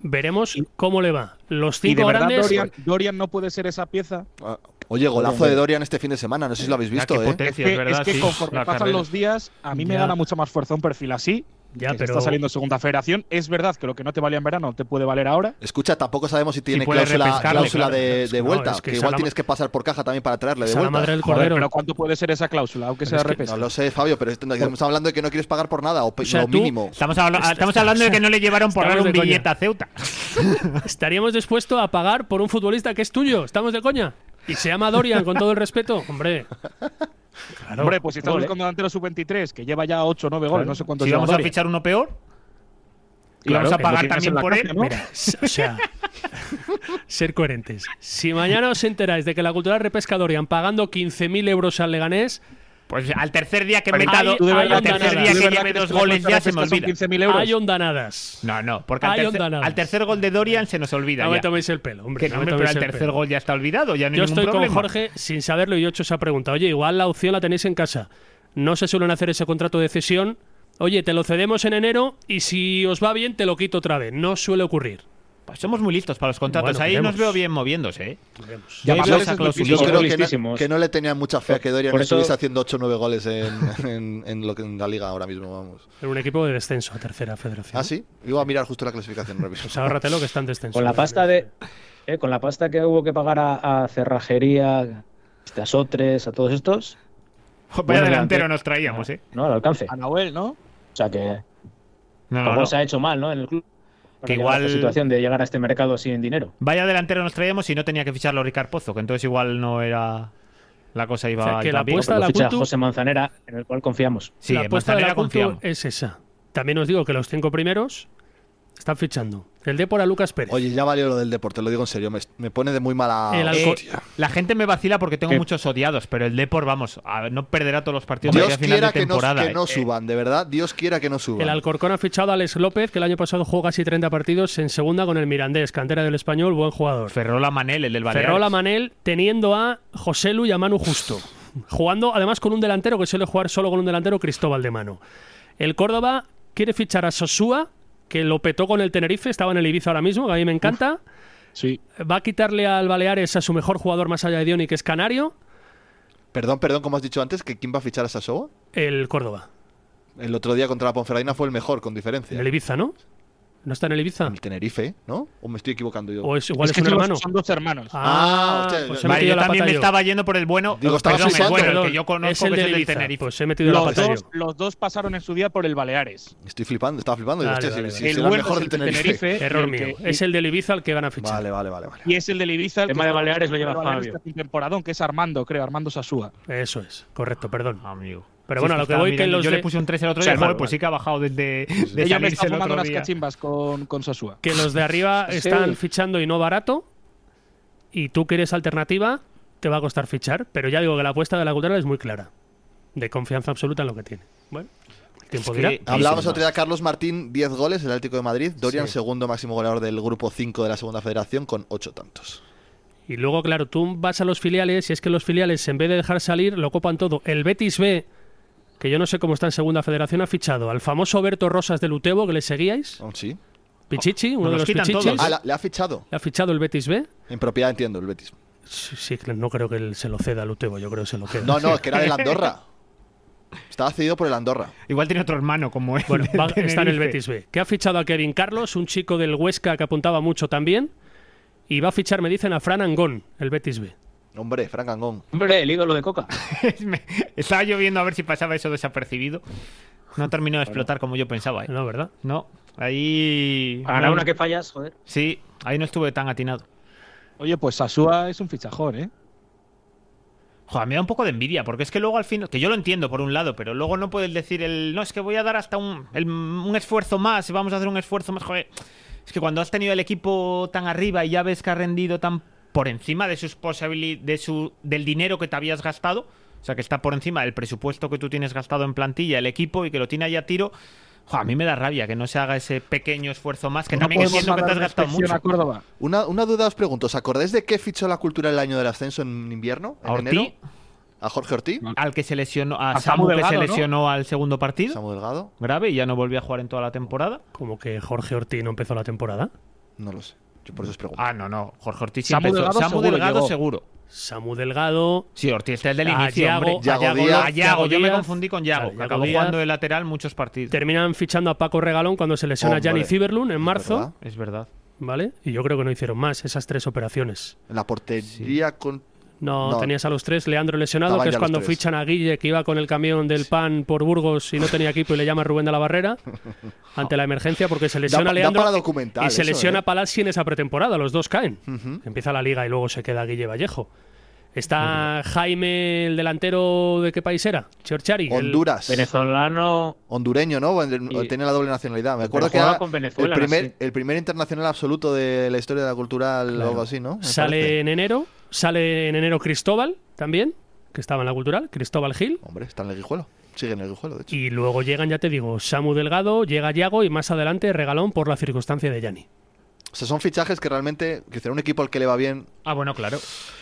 C: Veremos cómo le va. Los
E: Y de
C: cinco
E: verdad,
C: grandes.
E: Dorian, Dorian no puede ser esa pieza.
A: Ah, Oye, golazo de Dorian este fin de semana, no sé si lo habéis visto,
B: qué
A: ¿eh?
B: potencia,
E: que-
B: es verdad.
E: que
B: sí.
E: conforme
B: La
E: pasan
B: carrera.
E: los días, a mí me
C: Ya.
E: gana mucha más fuerza un perfil así.
C: Ya,
E: que se
C: pero-
E: está saliendo segunda federación. Es verdad que lo que no te valía en verano te puede valer ahora.
A: Escucha, tampoco sabemos si tiene
B: puede
A: cláusula,
B: repescarle,
A: cláusula
B: claro.
A: de,
C: Es
A: de
C: que no,
A: vuelta,
C: es que
A: que,
C: esa
A: igual
C: la ma-
A: tienes que pasar por caja también para traerle de
C: Esa la
A: vuelta.
C: madre del
E: Joder,
C: cordero.
E: pero ¿cuánto puede ser esa cláusula? Aunque sea
C: es
E: de
C: que-
E: repesca.
A: No lo sé, Fabio, pero esto- estamos hablando de que no quieres pagar por nada o, pe-
C: O sea,
A: lo
C: tú-
A: mínimo.
B: Estamos, habla-
C: Está-
B: estamos
C: está-
B: hablando de que no le llevaron por dar
C: estamos
B: un
C: de coña.
B: billete a Ceuta.
C: Estaríamos dispuestos a pagar por un futbolista que es tuyo. Estamos de coña. Y se llama Dorian, con todo el respeto. Hombre. Claro.
E: Hombre, pues si estás
F: Gol, ¿eh?
E: buscando delantero sub-23, que lleva ya 8 o 9 goles, no sé cuántos
B: Si
E: lleva
B: vamos a
E: Dorian.
B: fichar uno peor, y
E: Claro,
B: vamos a
E: que
B: pagar
E: lo tienes
B: también
E: en la
B: por él.
E: caja, ¿no?
B: Mira,
C: O sea, ser coherentes. Si mañana os enteráis de que la cultural repesca a Dorian pagando 15.000 euros al Leganés,
B: pues al tercer día que he
C: Ahí-
B: metado,
C: tú de verdad
B: al tercer
C: que-
B: día
C: tú
B: que lleve dos goles ya se me olvida.
C: hay ondanadas.
B: No, no, porque al
C: Hay
B: tercer,
C: ondanadas.
B: al tercer gol de Dorian se nos olvida.
C: No me
B: ya.
C: toméis el pelo, hombre.
B: Que no,
C: no me
B: hombre, pero
C: toméis
B: al
C: el
B: tercer
C: pelo.
B: gol ya está olvidado, ya no hay
C: Yo
B: ningún
C: estoy con
B: problema.
C: Jorge sin saberlo y Ocho se ha preguntado, oye, igual la opción la tenéis en casa. No se suelen hacer ese contrato de cesión. Oye, te lo cedemos en enero y si os va bien te lo quito otra vez. No suele ocurrir.
B: Pues somos muy listos para los contratos.
C: Bueno,
B: Ahí
C: veremos.
B: nos veo bien moviéndose. ¿eh?
C: Veremos.
B: Yo
E: Llamadores
B: veo esa
E: es lo
B: cláusula.
A: Yo
F: Somos
A: creo que, na-
F: listísimos.
A: que no le tenía mucha fe a que Dorian
F: Por eso-
A: estuviese haciendo 8 o 9 goles en, en- en lo que, en la liga ahora mismo, vamos.
C: En un equipo de descenso a tercera federación.
A: ¿Ah, sí? Iba a mirar justo la clasificación. ahora mismo.
C: Pues ahórratelo que está en descenso.
F: Con la pasta de. eh, con la pasta que hubo que pagar a, a cerrajería, a Sotres, a todos estos,
B: Vaya
F: Bueno,
B: delantero
F: delantero.
B: nos traíamos, ¿eh?
F: no al alcance.
E: A Nahuel, ¿no?
F: O sea que
B: No, no,
F: tampoco
B: no.
F: se ha hecho mal, ¿no? En el club.
B: Que
F: Para llegar a
B: igual-
F: esta situación de llegar a este mercado sin dinero.
B: Vaya delantero nos traíamos y no tenía que ficharlo Ricard Pozo, que entonces igual no era. La cosa iba,
C: O sea, que
B: iba
C: la
B: bien.
C: apuesta- Está
F: Lo
C: la
F: ficha
C: Cultu-
F: José Manzanera, en el cual confiamos.
B: Sí,
C: la
B: en
C: apuesta de
B: Manzanera
C: la Cultu
B: confiamos.
C: es esa. También os digo que los cinco primeros Están fichando. El Depor a Lucas Pérez.
A: Oye, ya valió lo del Depor, te lo digo en serio. Me, me pone de muy mala.
B: El alco- la gente me vacila porque tengo
A: ¿Qué?
B: muchos odiados, pero el Depor, vamos, a- no perderá todos los partidos de
A: Dios
B: aquí a final
A: quiera
B: de
A: que no,
B: temporada.
A: que no
B: eh.
A: suban, de verdad. Dios quiera que no suban.
C: El Alcorcón ha fichado a Alex López, que el año pasado jugó casi 30 partidos en segunda con el Mirandés, cantera del español, buen jugador.
B: Ferrola Manel, el del Baleares.
C: Ferrola Manel teniendo a José Lu y a Manu Justo. Jugando además con un delantero que suele jugar solo con un delantero, Cristóbal de Mano. El Córdoba quiere fichar a Sosúa, que lo petó con el Tenerife, estaba en el Ibiza ahora mismo, que a mí me encanta.
E: sí.
C: Va a quitarle al Baleares a su mejor jugador más allá de Dioni, que es Canario,
A: Perdón, perdón, como has dicho antes, que quién va a fichar a Sasoa.
C: el Córdoba.
A: El otro día contra la Ponferradina fue el mejor, con diferencia.
C: En el Ibiza, ¿no? ¿No está en el Ibiza?
A: El Tenerife, ¿no? ¿O me estoy equivocando yo?
C: O es igual es,
E: que
C: un
E: son los-
C: hermano.
E: Son dos hermanos.
C: Ah,
A: hostia,
C: pues
A: yo-
C: he
B: Vale,
C: metido
B: yo
C: la
B: también
C: pata
B: me
C: yo.
B: estaba yendo por el bueno. oh,
A: Digo, estaba
B: perdón, el
A: flipando.
B: bueno, el
C: Perdón,
B: que yo conozco,
C: es el
B: que es
C: del
B: el del
C: Ibiza.
B: Tenerife.
C: Pues he metido la
E: Los
C: pata yo.
E: dos, los dos pasaron en su día por el Baleares.
A: Estoy flipando, estaba flipando. Digo,
C: Dale,
A: hostia,
C: dale,
A: si-
C: dale.
A: si
E: el
A: será
E: bueno
A: mejor
E: es el del Tenerife. y
C: Error
E: el que-
C: mío. Es el del Ibiza al que van a fichar.
A: Vale, vale, vale. vale.
E: Y es el del Ibiza. El
F: Tema
E: que-
F: de Baleares lo lleva
E: Baleares
F: Fabio.
E: hace un temporadón, que es Armando, creo, Armando Sasúa.
C: Eso es, correcto, perdón.
B: Amigo.
C: Pero
B: Sí,
C: bueno, a lo
B: es
C: que voy
B: estaba
C: que
B: mirando.
C: los
B: Yo le
C: de-
B: puse un 3 el otro
C: Sí,
B: día,
C: hermano,
B: joder, pues sí que ha bajado desde de
E: Ella me
B: salirse
E: está
B: el
E: fumando
B: otro
E: unas
B: día.
E: cachimbas con, con Sasúa.
C: que los de arriba
F: Sí.
C: están fichando y no barato, y tú quieres alternativa, te va a costar fichar, pero ya digo que la apuesta de la cultura es muy clara, de confianza absoluta en lo que tiene. Bueno, el tiempo
B: Es
C: dirá.
B: que-
A: Hablábamos
B: Sí,
A: otro día Carlos Martín, 10 goles, el Atlético de Madrid. Dorian, segundo máximo goleador del grupo 5 de la Segunda Federación, con 8 tantos.
C: Y luego, claro, tú vas a los filiales y es que los filiales, en vez de dejar salir, lo copan todo. El Betis B, que yo no sé cómo está en Segunda Federación, ha fichado al famoso Berto Rosas del Utebo, que le seguíais,
A: Oh, Sí.
C: Pichichi, uno
B: Nos
C: de
B: los
C: los
B: quitan
C: Pichichis.
B: todos.
A: Ah, la- le ha fichado.
C: Le ha fichado el Betis B.
A: En propiedad entiendo el Betis.
C: Sí, sí, no creo que él se lo ceda al Utebo, yo creo que se lo queda.
A: No, no, es que era del Andorra. Estaba cedido por el Andorra.
B: Igual tiene otro hermano como él.
C: Bueno,
B: del
C: va- está en el
B: Tenerife.
C: Betis B. Que ha fichado a Kevin Carlos, un chico del Huesca que apuntaba mucho también. Y va a fichar, me dicen, a Fran Angón, el Betis B.
A: Hombre, Frank Angón.
F: Hombre, el ídolo de Coca.
B: Me- Estaba lloviendo a ver si pasaba eso desapercibido. No terminó de explotar como yo pensaba. ¿eh?
C: No, ¿verdad?
B: No, ahí.
F: Para
B: no-
F: una que fallas, joder.
B: Sí, ahí no estuve tan atinado.
E: Oye, pues Sasúa es un fichajón, ¿eh?
B: Joder, me da un poco de envidia, porque es que luego al final, que yo lo entiendo por un lado, pero luego no puedes decir el, no, es que voy a dar hasta un, el- un esfuerzo más, y vamos a hacer un esfuerzo más, joder. Es que cuando has tenido el equipo tan arriba y ya ves que ha rendido tan por encima de sus posibilidades, de su, del dinero que te habías gastado, o sea, que está por encima del presupuesto que tú tienes gastado en plantilla, el equipo, y que lo tiene ahí a tiro, joder, a mí me da rabia que no se haga ese pequeño esfuerzo más, que
E: No
B: también
C: Pues
E: podemos
B: entiendo que te
E: mandar
B: has
E: una
B: gastado
E: inspección
B: mucho.
E: a Córdoba.
A: Una, una duda os pregunto, ¿os acordáis de qué fichó la cultura el año del ascenso en invierno? ¿En
B: ¿A Ortiz?
A: enero? ¿A Jorge Ortiz?
B: Al que se lesionó, a,
E: A Samu
B: Samu, que se
E: Delgado, ¿no?
B: lesionó al segundo partido.
A: ¿Samu Delgado?
B: grave y ya no volvió a jugar en toda la temporada.
C: Como que Jorge Ortiz no empezó la temporada.
A: No lo sé. Yo por eso os pregunto.
B: Ah, no, no. Jorge Ortiz sí
E: Samu
B: empezó.
E: Delgado
B: Samu
E: seguro
B: Delgado
E: llegó.
B: seguro.
C: Samu Delgado.
B: Sí, Ortiz está el del
C: A
B: inicio.
C: Yago-
B: hombre.
C: a
A: Yago
B: Yago,
A: Díaz.
B: a Yago, yo me
C: Díaz.
B: confundí con Yago,
C: Claro,
B: que
C: Yago
B: acabó
C: Díaz.
B: jugando de lateral muchos partidos.
C: Terminan fichando a Paco Regalón cuando se lesiona
A: Hombre.
C: Gianni Ciberlun en marzo.
A: ¿Verdad?
B: Es verdad.
C: ¿Vale? Y yo creo que no hicieron más esas tres operaciones.
A: En la portería con...
C: No,
A: No.
C: tenías a los tres, Leandro lesionado,
A: Estaban
C: que es
A: ya los
C: cuando
A: tres.
C: fichan a Guille, que iba con el camión del pan por Burgos y no tenía equipo y le llama Rubén de la Barrera ante la emergencia porque se lesiona
A: Da pa- da
C: Leandro
A: para documental
C: y se
A: eso,
C: lesiona
A: ¿eh?
C: Palazzi en esa pretemporada, los dos caen. Empieza la liga y luego se queda Guille Vallejo. Está Jaime, el delantero de qué país era? Chorchari. el-
A: Honduras.
F: Venezolano.
A: Hondureño, ¿no?
F: Y-
A: Tenía la doble nacionalidad. Me acuerdo que
F: jugaba
A: era
F: con Venezuela,
A: el, primer,
F: sí.
A: el primer internacional absoluto de la historia de la cultural o algo así, ¿no? Me
C: sale
A: parece.
C: en enero, sale en enero Cristóbal también, que estaba en la cultural, Cristóbal Gil.
A: Hombre, está en el guijuelo. Sigue en el guijuelo, de hecho.
C: Y luego llegan, ya te digo, Samu Delgado, llega Yago y más adelante Regalón por la circunstancia de Yanni.
A: O sea, son fichajes que realmente, que será un equipo al que le va bien.
B: Ah, bueno, claro.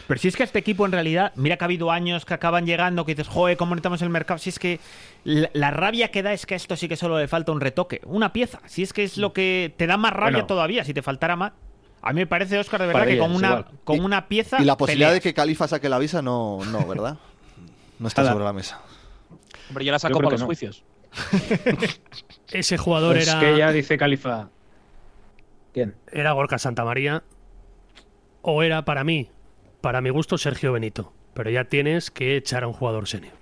B: Pero si es que a este equipo en realidad, mira que ha habido años que acaban llegando, que dices, joder, ¿cómo necesitamos el mercado? Si es que la, la rabia que da es que a esto sí que solo le falta un retoque, una pieza. Si es que es lo que te da más rabia
F: Bueno.
B: todavía, si te faltara más. A mí me parece, Oscar, de verdad,
F: Para
B: que
F: ella,
B: con
F: es
B: una,
F: igual.
B: con
A: Y-
B: una pieza.
A: Y la posibilidad
B: peleas.
A: de que Califa saque la visa no, no ¿verdad? No está
F: Nada.
A: sobre la mesa.
E: Hombre, yo la saco
F: creo
E: para
F: que
E: los
F: no.
E: juicios.
C: Ese jugador
F: Pues
C: era,
F: que ya dice Califa. ¿Quién?
C: era Gorka Santamaría o era para mí, para mi gusto, Sergio Benito. Pero ya tienes que echar a un jugador senior.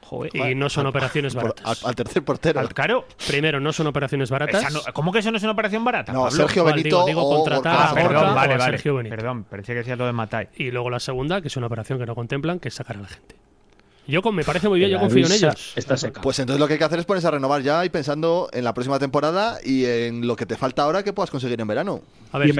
B: Joder,
C: Y no son operaciones
A: Por- al,
C: baratas.
A: al tercer portero.
B: al caro.
C: Primero, no son operaciones
B: Esa
C: baratas.
B: no- ¿Cómo que eso no es una operación barata?
A: no,
B: Pablo?
A: Sergio
C: Vale,
A: Benito
C: digo- digo
A: o
C: contratar
A: Gorka
C: a
B: Ah,
C: Gorka
B: perdón,
C: o
A: Santamaría.
B: vale,
C: a
B: vale.
C: Sergio Benito.
B: Perdón, pensé que decías lo de Matai.
C: Y luego la segunda, que es una operación que no contemplan, que es sacar a la gente. Yo con, me parece muy bien, yo confío en ellos.
F: Está seca.
A: Pues entonces lo que hay que hacer es ponerse a renovar ya y pensando en la próxima temporada y en lo que te falta ahora que puedas conseguir en verano.
C: A ver,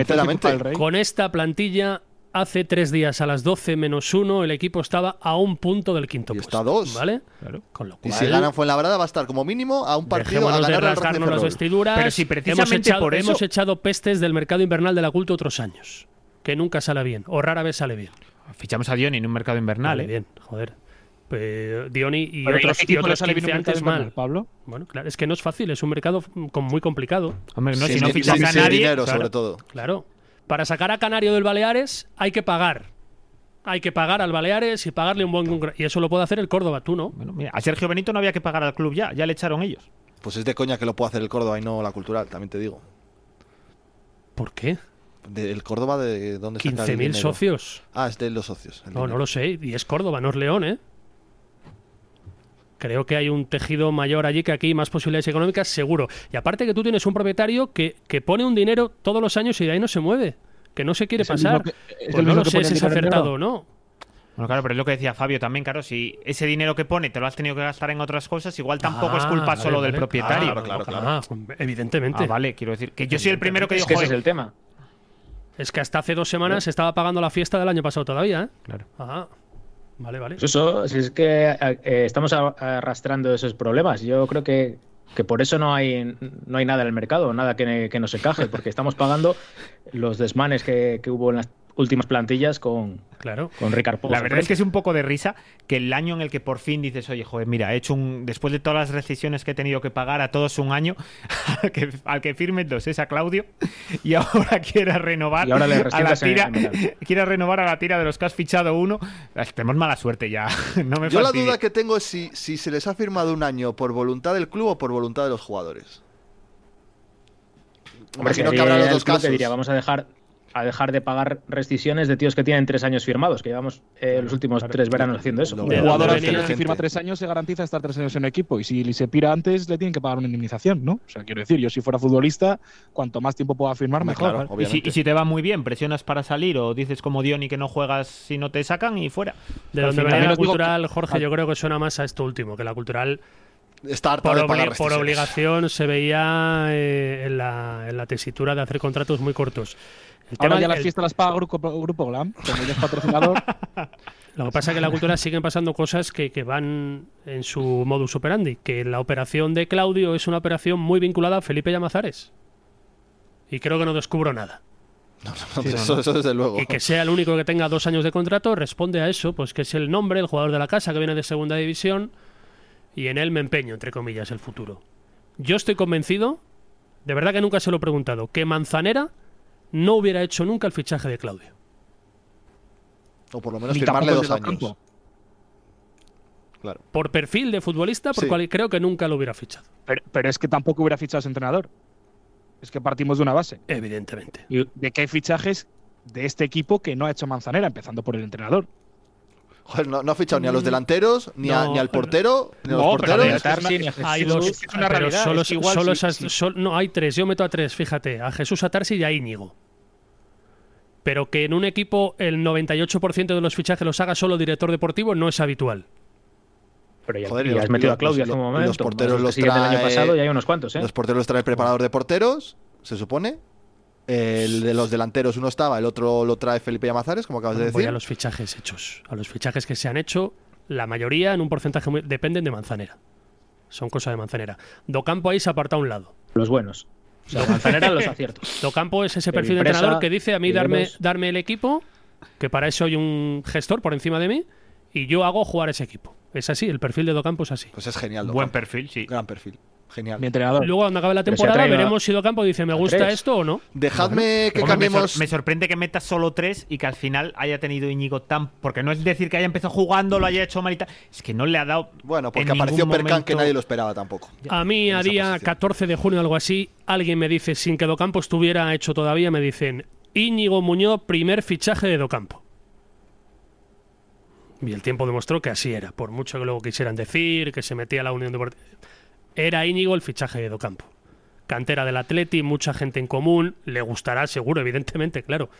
C: con esta plantilla, hace tres días a las 12 menos uno, el equipo estaba a un punto del quinto
A: Y
C: puesto.
A: está a dos.
C: ¿Vale? Claro. Con lo
A: Y
C: cual,
A: si ganan Fuenlabrada va a estar como mínimo a un partido a
C: dejémonos de
A: ganar al
C: rasgarnos las
A: Ferrol.
C: vestiduras.
B: Pero si precisamente
C: hemos echado,
B: por eso-
C: hemos echado pestes del mercado invernal de la culto otros años. Que nunca sale bien, o rara vez sale bien.
B: Fichamos a Dion en un mercado invernal,
C: Vale,
B: ¿eh?
C: bien, joder. Pues, Dioni y
E: Pero ¿y a
C: otros,
E: qué
C: y
E: equipo le
C: otros
E: sale bien
C: 15
E: un mercado
C: antes
E: invernal,
C: mal.
E: Pablo?
C: Bueno, claro, es que no es fácil, es un mercado mm, con- muy complicado.
B: Hombre, no,
A: Sin-
B: si no
A: sin-
B: fichas a
A: sin
B: nadie.
A: dinero,
B: claro.
A: sobre todo.
C: Claro. Para sacar a Canario del Baleares hay que pagar. Hay que pagar al Baleares y pagarle un buen... congre- Y eso lo puede hacer el Córdoba, tú no.
B: Bueno, mira, a Sergio Benito no había que pagar al club ya, ya le echaron ellos.
A: Pues es de coña que lo puede hacer el Córdoba y no la cultural, también te digo.
C: ¿Por qué?
A: De- ¿El Córdoba de dónde saca el
C: 15.000
A: dinero?
C: socios.
A: Ah, es de los socios. el
C: No,
A: dinero.
C: no lo sé. Y es Córdoba, no es León, ¿eh? Creo que hay un tejido mayor allí que aquí, más posibilidades económicas, seguro. Y aparte que tú tienes un propietario que, que pone un dinero todos los años y de ahí no se mueve. Que no se quiere
E: Es el mismo
C: pasar.
E: que- es
C: Pues
E: el
C: no
E: mismo
C: lo
E: que
C: sé
E: pone
C: si
E: el
C: es
E: dinero en
C: acertado
E: negro.
C: o no.
B: Bueno, claro, pero es lo que decía Fabio también, claro, si ese dinero que pone te lo has tenido que gastar en otras cosas, igual tampoco es
C: Ah,
B: culpa
C: vale,
B: solo del
C: vale.
B: propietario.
C: Ah,
A: claro, claro.
C: Ah, evidentemente.
B: Ah, vale, quiero decir que yo soy el primero que
F: Es
B: dijo
F: que ese es el tema.
C: Es que hasta hace dos semanas se estaba pagando la fiesta del año pasado todavía, ¿eh?
B: Claro.
C: Ajá. Vale, vale.
F: Pues Eso, si es que eh, estamos a- arrastrando esos problemas. Yo creo que, que por eso no hay, no hay nada en el mercado, nada que, que nos encaje, porque estamos pagando los desmanes que, que hubo en las últimas plantillas con,
C: Claro.
F: con Ricard Pons.
B: La verdad es que es un poco de risa que el año en el que por fin dices, oye, joder, mira, he hecho un. Después de todas las recesiones que he tenido que pagar a todos un año, al que, al que firme dos es a Claudio, y ahora quiera renovar
F: Y ahora le
B: a la
F: rescindas en el
B: tira.
F: verano.
B: Quiera renovar a la tira de los que has fichado uno. Ay, Tenemos mala suerte ya. No me
A: Yo la
B: fastidies.
A: duda que tengo es si, si se les ha firmado un año por voluntad del club o por voluntad de los jugadores.
F: Hombre,
A: Imagino que
F: sería
A: habrá los
F: el
A: dos
F: club que
A: casos.
F: diría, vamos a dejar a dejar de pagar rescisiones de tíos que tienen tres años firmados, que llevamos eh, los últimos tres veranos haciendo eso.
A: No,
E: Un
A: Pero
E: jugador
A: no
E: al final, si
A: inteligente.
E: firma tres años se garantiza estar tres años en el equipo y si se pira antes le tienen que pagar una indemnización, ¿no? O sea, quiero decir, yo si fuera futbolista, cuanto más tiempo pueda firmar,
A: Hombre,
E: mejor.
A: claro,
E: ¿vale?
B: Y si,
A: obviamente.
B: y si te va muy bien, presionas para salir o dices como Diony que no juegas si no te sacan y fuera.
C: De
B: Al
C: donde
B: final-
C: venía la
E: os digo
C: cultural, Jorge, yo creo que suena más a esto último, que la cultural
A: Está harta
C: por,
A: de pagar
C: obli- por
A: restricciones.
C: obligación se veía eh, en, la, en la tesitura de hacer contratos muy cortos. El
E: Ahora
C: tema-
E: ya las
C: el-
E: fiestas las paga Grupo, Grupo Glam, como ya es patrocinador.
C: Lo que pasa es que en la cultura siguen pasando cosas que, que van en su modus operandi. Que la operación de Claudio es una operación muy vinculada a Felipe Llamazares. Y creo que no descubro nada.
A: eso, eso desde luego.
C: Y que sea el único que tenga dos años de contrato responde a eso, pues que es el nombre, el jugador de la casa que viene de segunda división y en él me empeño, entre comillas, el futuro. Yo estoy convencido, de verdad que nunca se lo he preguntado, que Manzanera no hubiera hecho nunca el fichaje de Claudio.
A: O por lo menos
E: Ni
A: firmarle
E: tampoco
A: dos
E: el de
A: años.
E: Ocampo.
A: Claro.
C: Por perfil de futbolista, por
A: Sí.
C: cual creo que nunca lo hubiera fichado,
E: Pero, pero es que tampoco hubiera fichado a ese entrenador. Es que partimos de una base.
C: evidentemente.
E: De que hay fichajes de este equipo que no ha hecho Manzanera, empezando por el entrenador.
A: Joder, no, no ha fichado ni a los delanteros, ni, a-
C: No,
A: ni al portero, ni a los
E: No, pero
A: porteros.
E: de-
F: Atarsi ni a Jesús.
C: Hay dos,
E: es una
C: pero
E: realidad,
C: solo,
E: es que igual
C: solo
E: si-
C: esas-
E: si-
C: sol- no hay tres, yo meto a tres, fíjate, a Jesús Atarsi y a Íñigo. Pero que en un equipo el 98% de los fichajes los haga solo director deportivo no es habitual.
F: Pero ya,
A: Joder,
F: y
A: y los-
F: has metido
A: los-
F: a Claudia
A: los-
F: hace un
A: los
F: momento.
A: porteros
F: más
A: los
F: que siguen del año
A: trae-
F: pasado y hay unos cuantos, ¿eh?
A: Los porteros los trae el preparador de porteros, se supone. El de los delanteros uno estaba, el otro lo trae Felipe Llamazares, como acabas de
C: Voy a
A: decir.
C: los fichajes hechos, a los fichajes que se han hecho, la mayoría en un porcentaje muy, dependen de Manzanera. Son cosas de Manzanera. Docampo ahí se aparta a un lado.
F: Los buenos. O sea, Manzanera los aciertos.
C: Docampo es ese
F: Pero
C: perfil de
F: impresa,
C: entrenador que dice a mí darme,
F: libros.
C: darme el equipo, que para eso hay un gestor por encima de mí, y yo hago jugar ese equipo. Es así, el perfil de Docampo es así.
A: Pues es genial.
B: Buen
A: Docampo.
B: perfil, sí.
A: Gran perfil. Genial.
E: Mi entrenador.
C: Luego, cuando acabe la
F: Pero se ha
C: temporada,
F: traído a-
C: veremos si Docampo dice, me gusta
F: tres.
C: esto o no.
A: Dejadme que
B: Hombre, me, sor-
A: cambiemos.
B: me sorprende que meta solo tres y que al final haya tenido Íñigo tan. Porque no es decir que haya empezado jugando, lo haya hecho mal y tal. Es que no le ha dado.
A: Bueno,
B: en
A: porque
B: ningún
A: apareció Perkan
B: momento-
A: que nadie lo esperaba tampoco.
C: A mí,
A: en
C: a
A: esa
C: día
A: posición.
C: 14 de junio, algo así, alguien me dice, sin que Docampo estuviera hecho todavía, me dicen, Íñigo Muñoz, primer fichaje de Docampo. Y el tiempo demostró que así era, por mucho que luego quisieran decir, que se metía la Unión Deportiva. Era Íñigo el fichaje de Docampo. Cantera del Atleti, mucha gente en común, le gustará seguro, evidentemente, claro.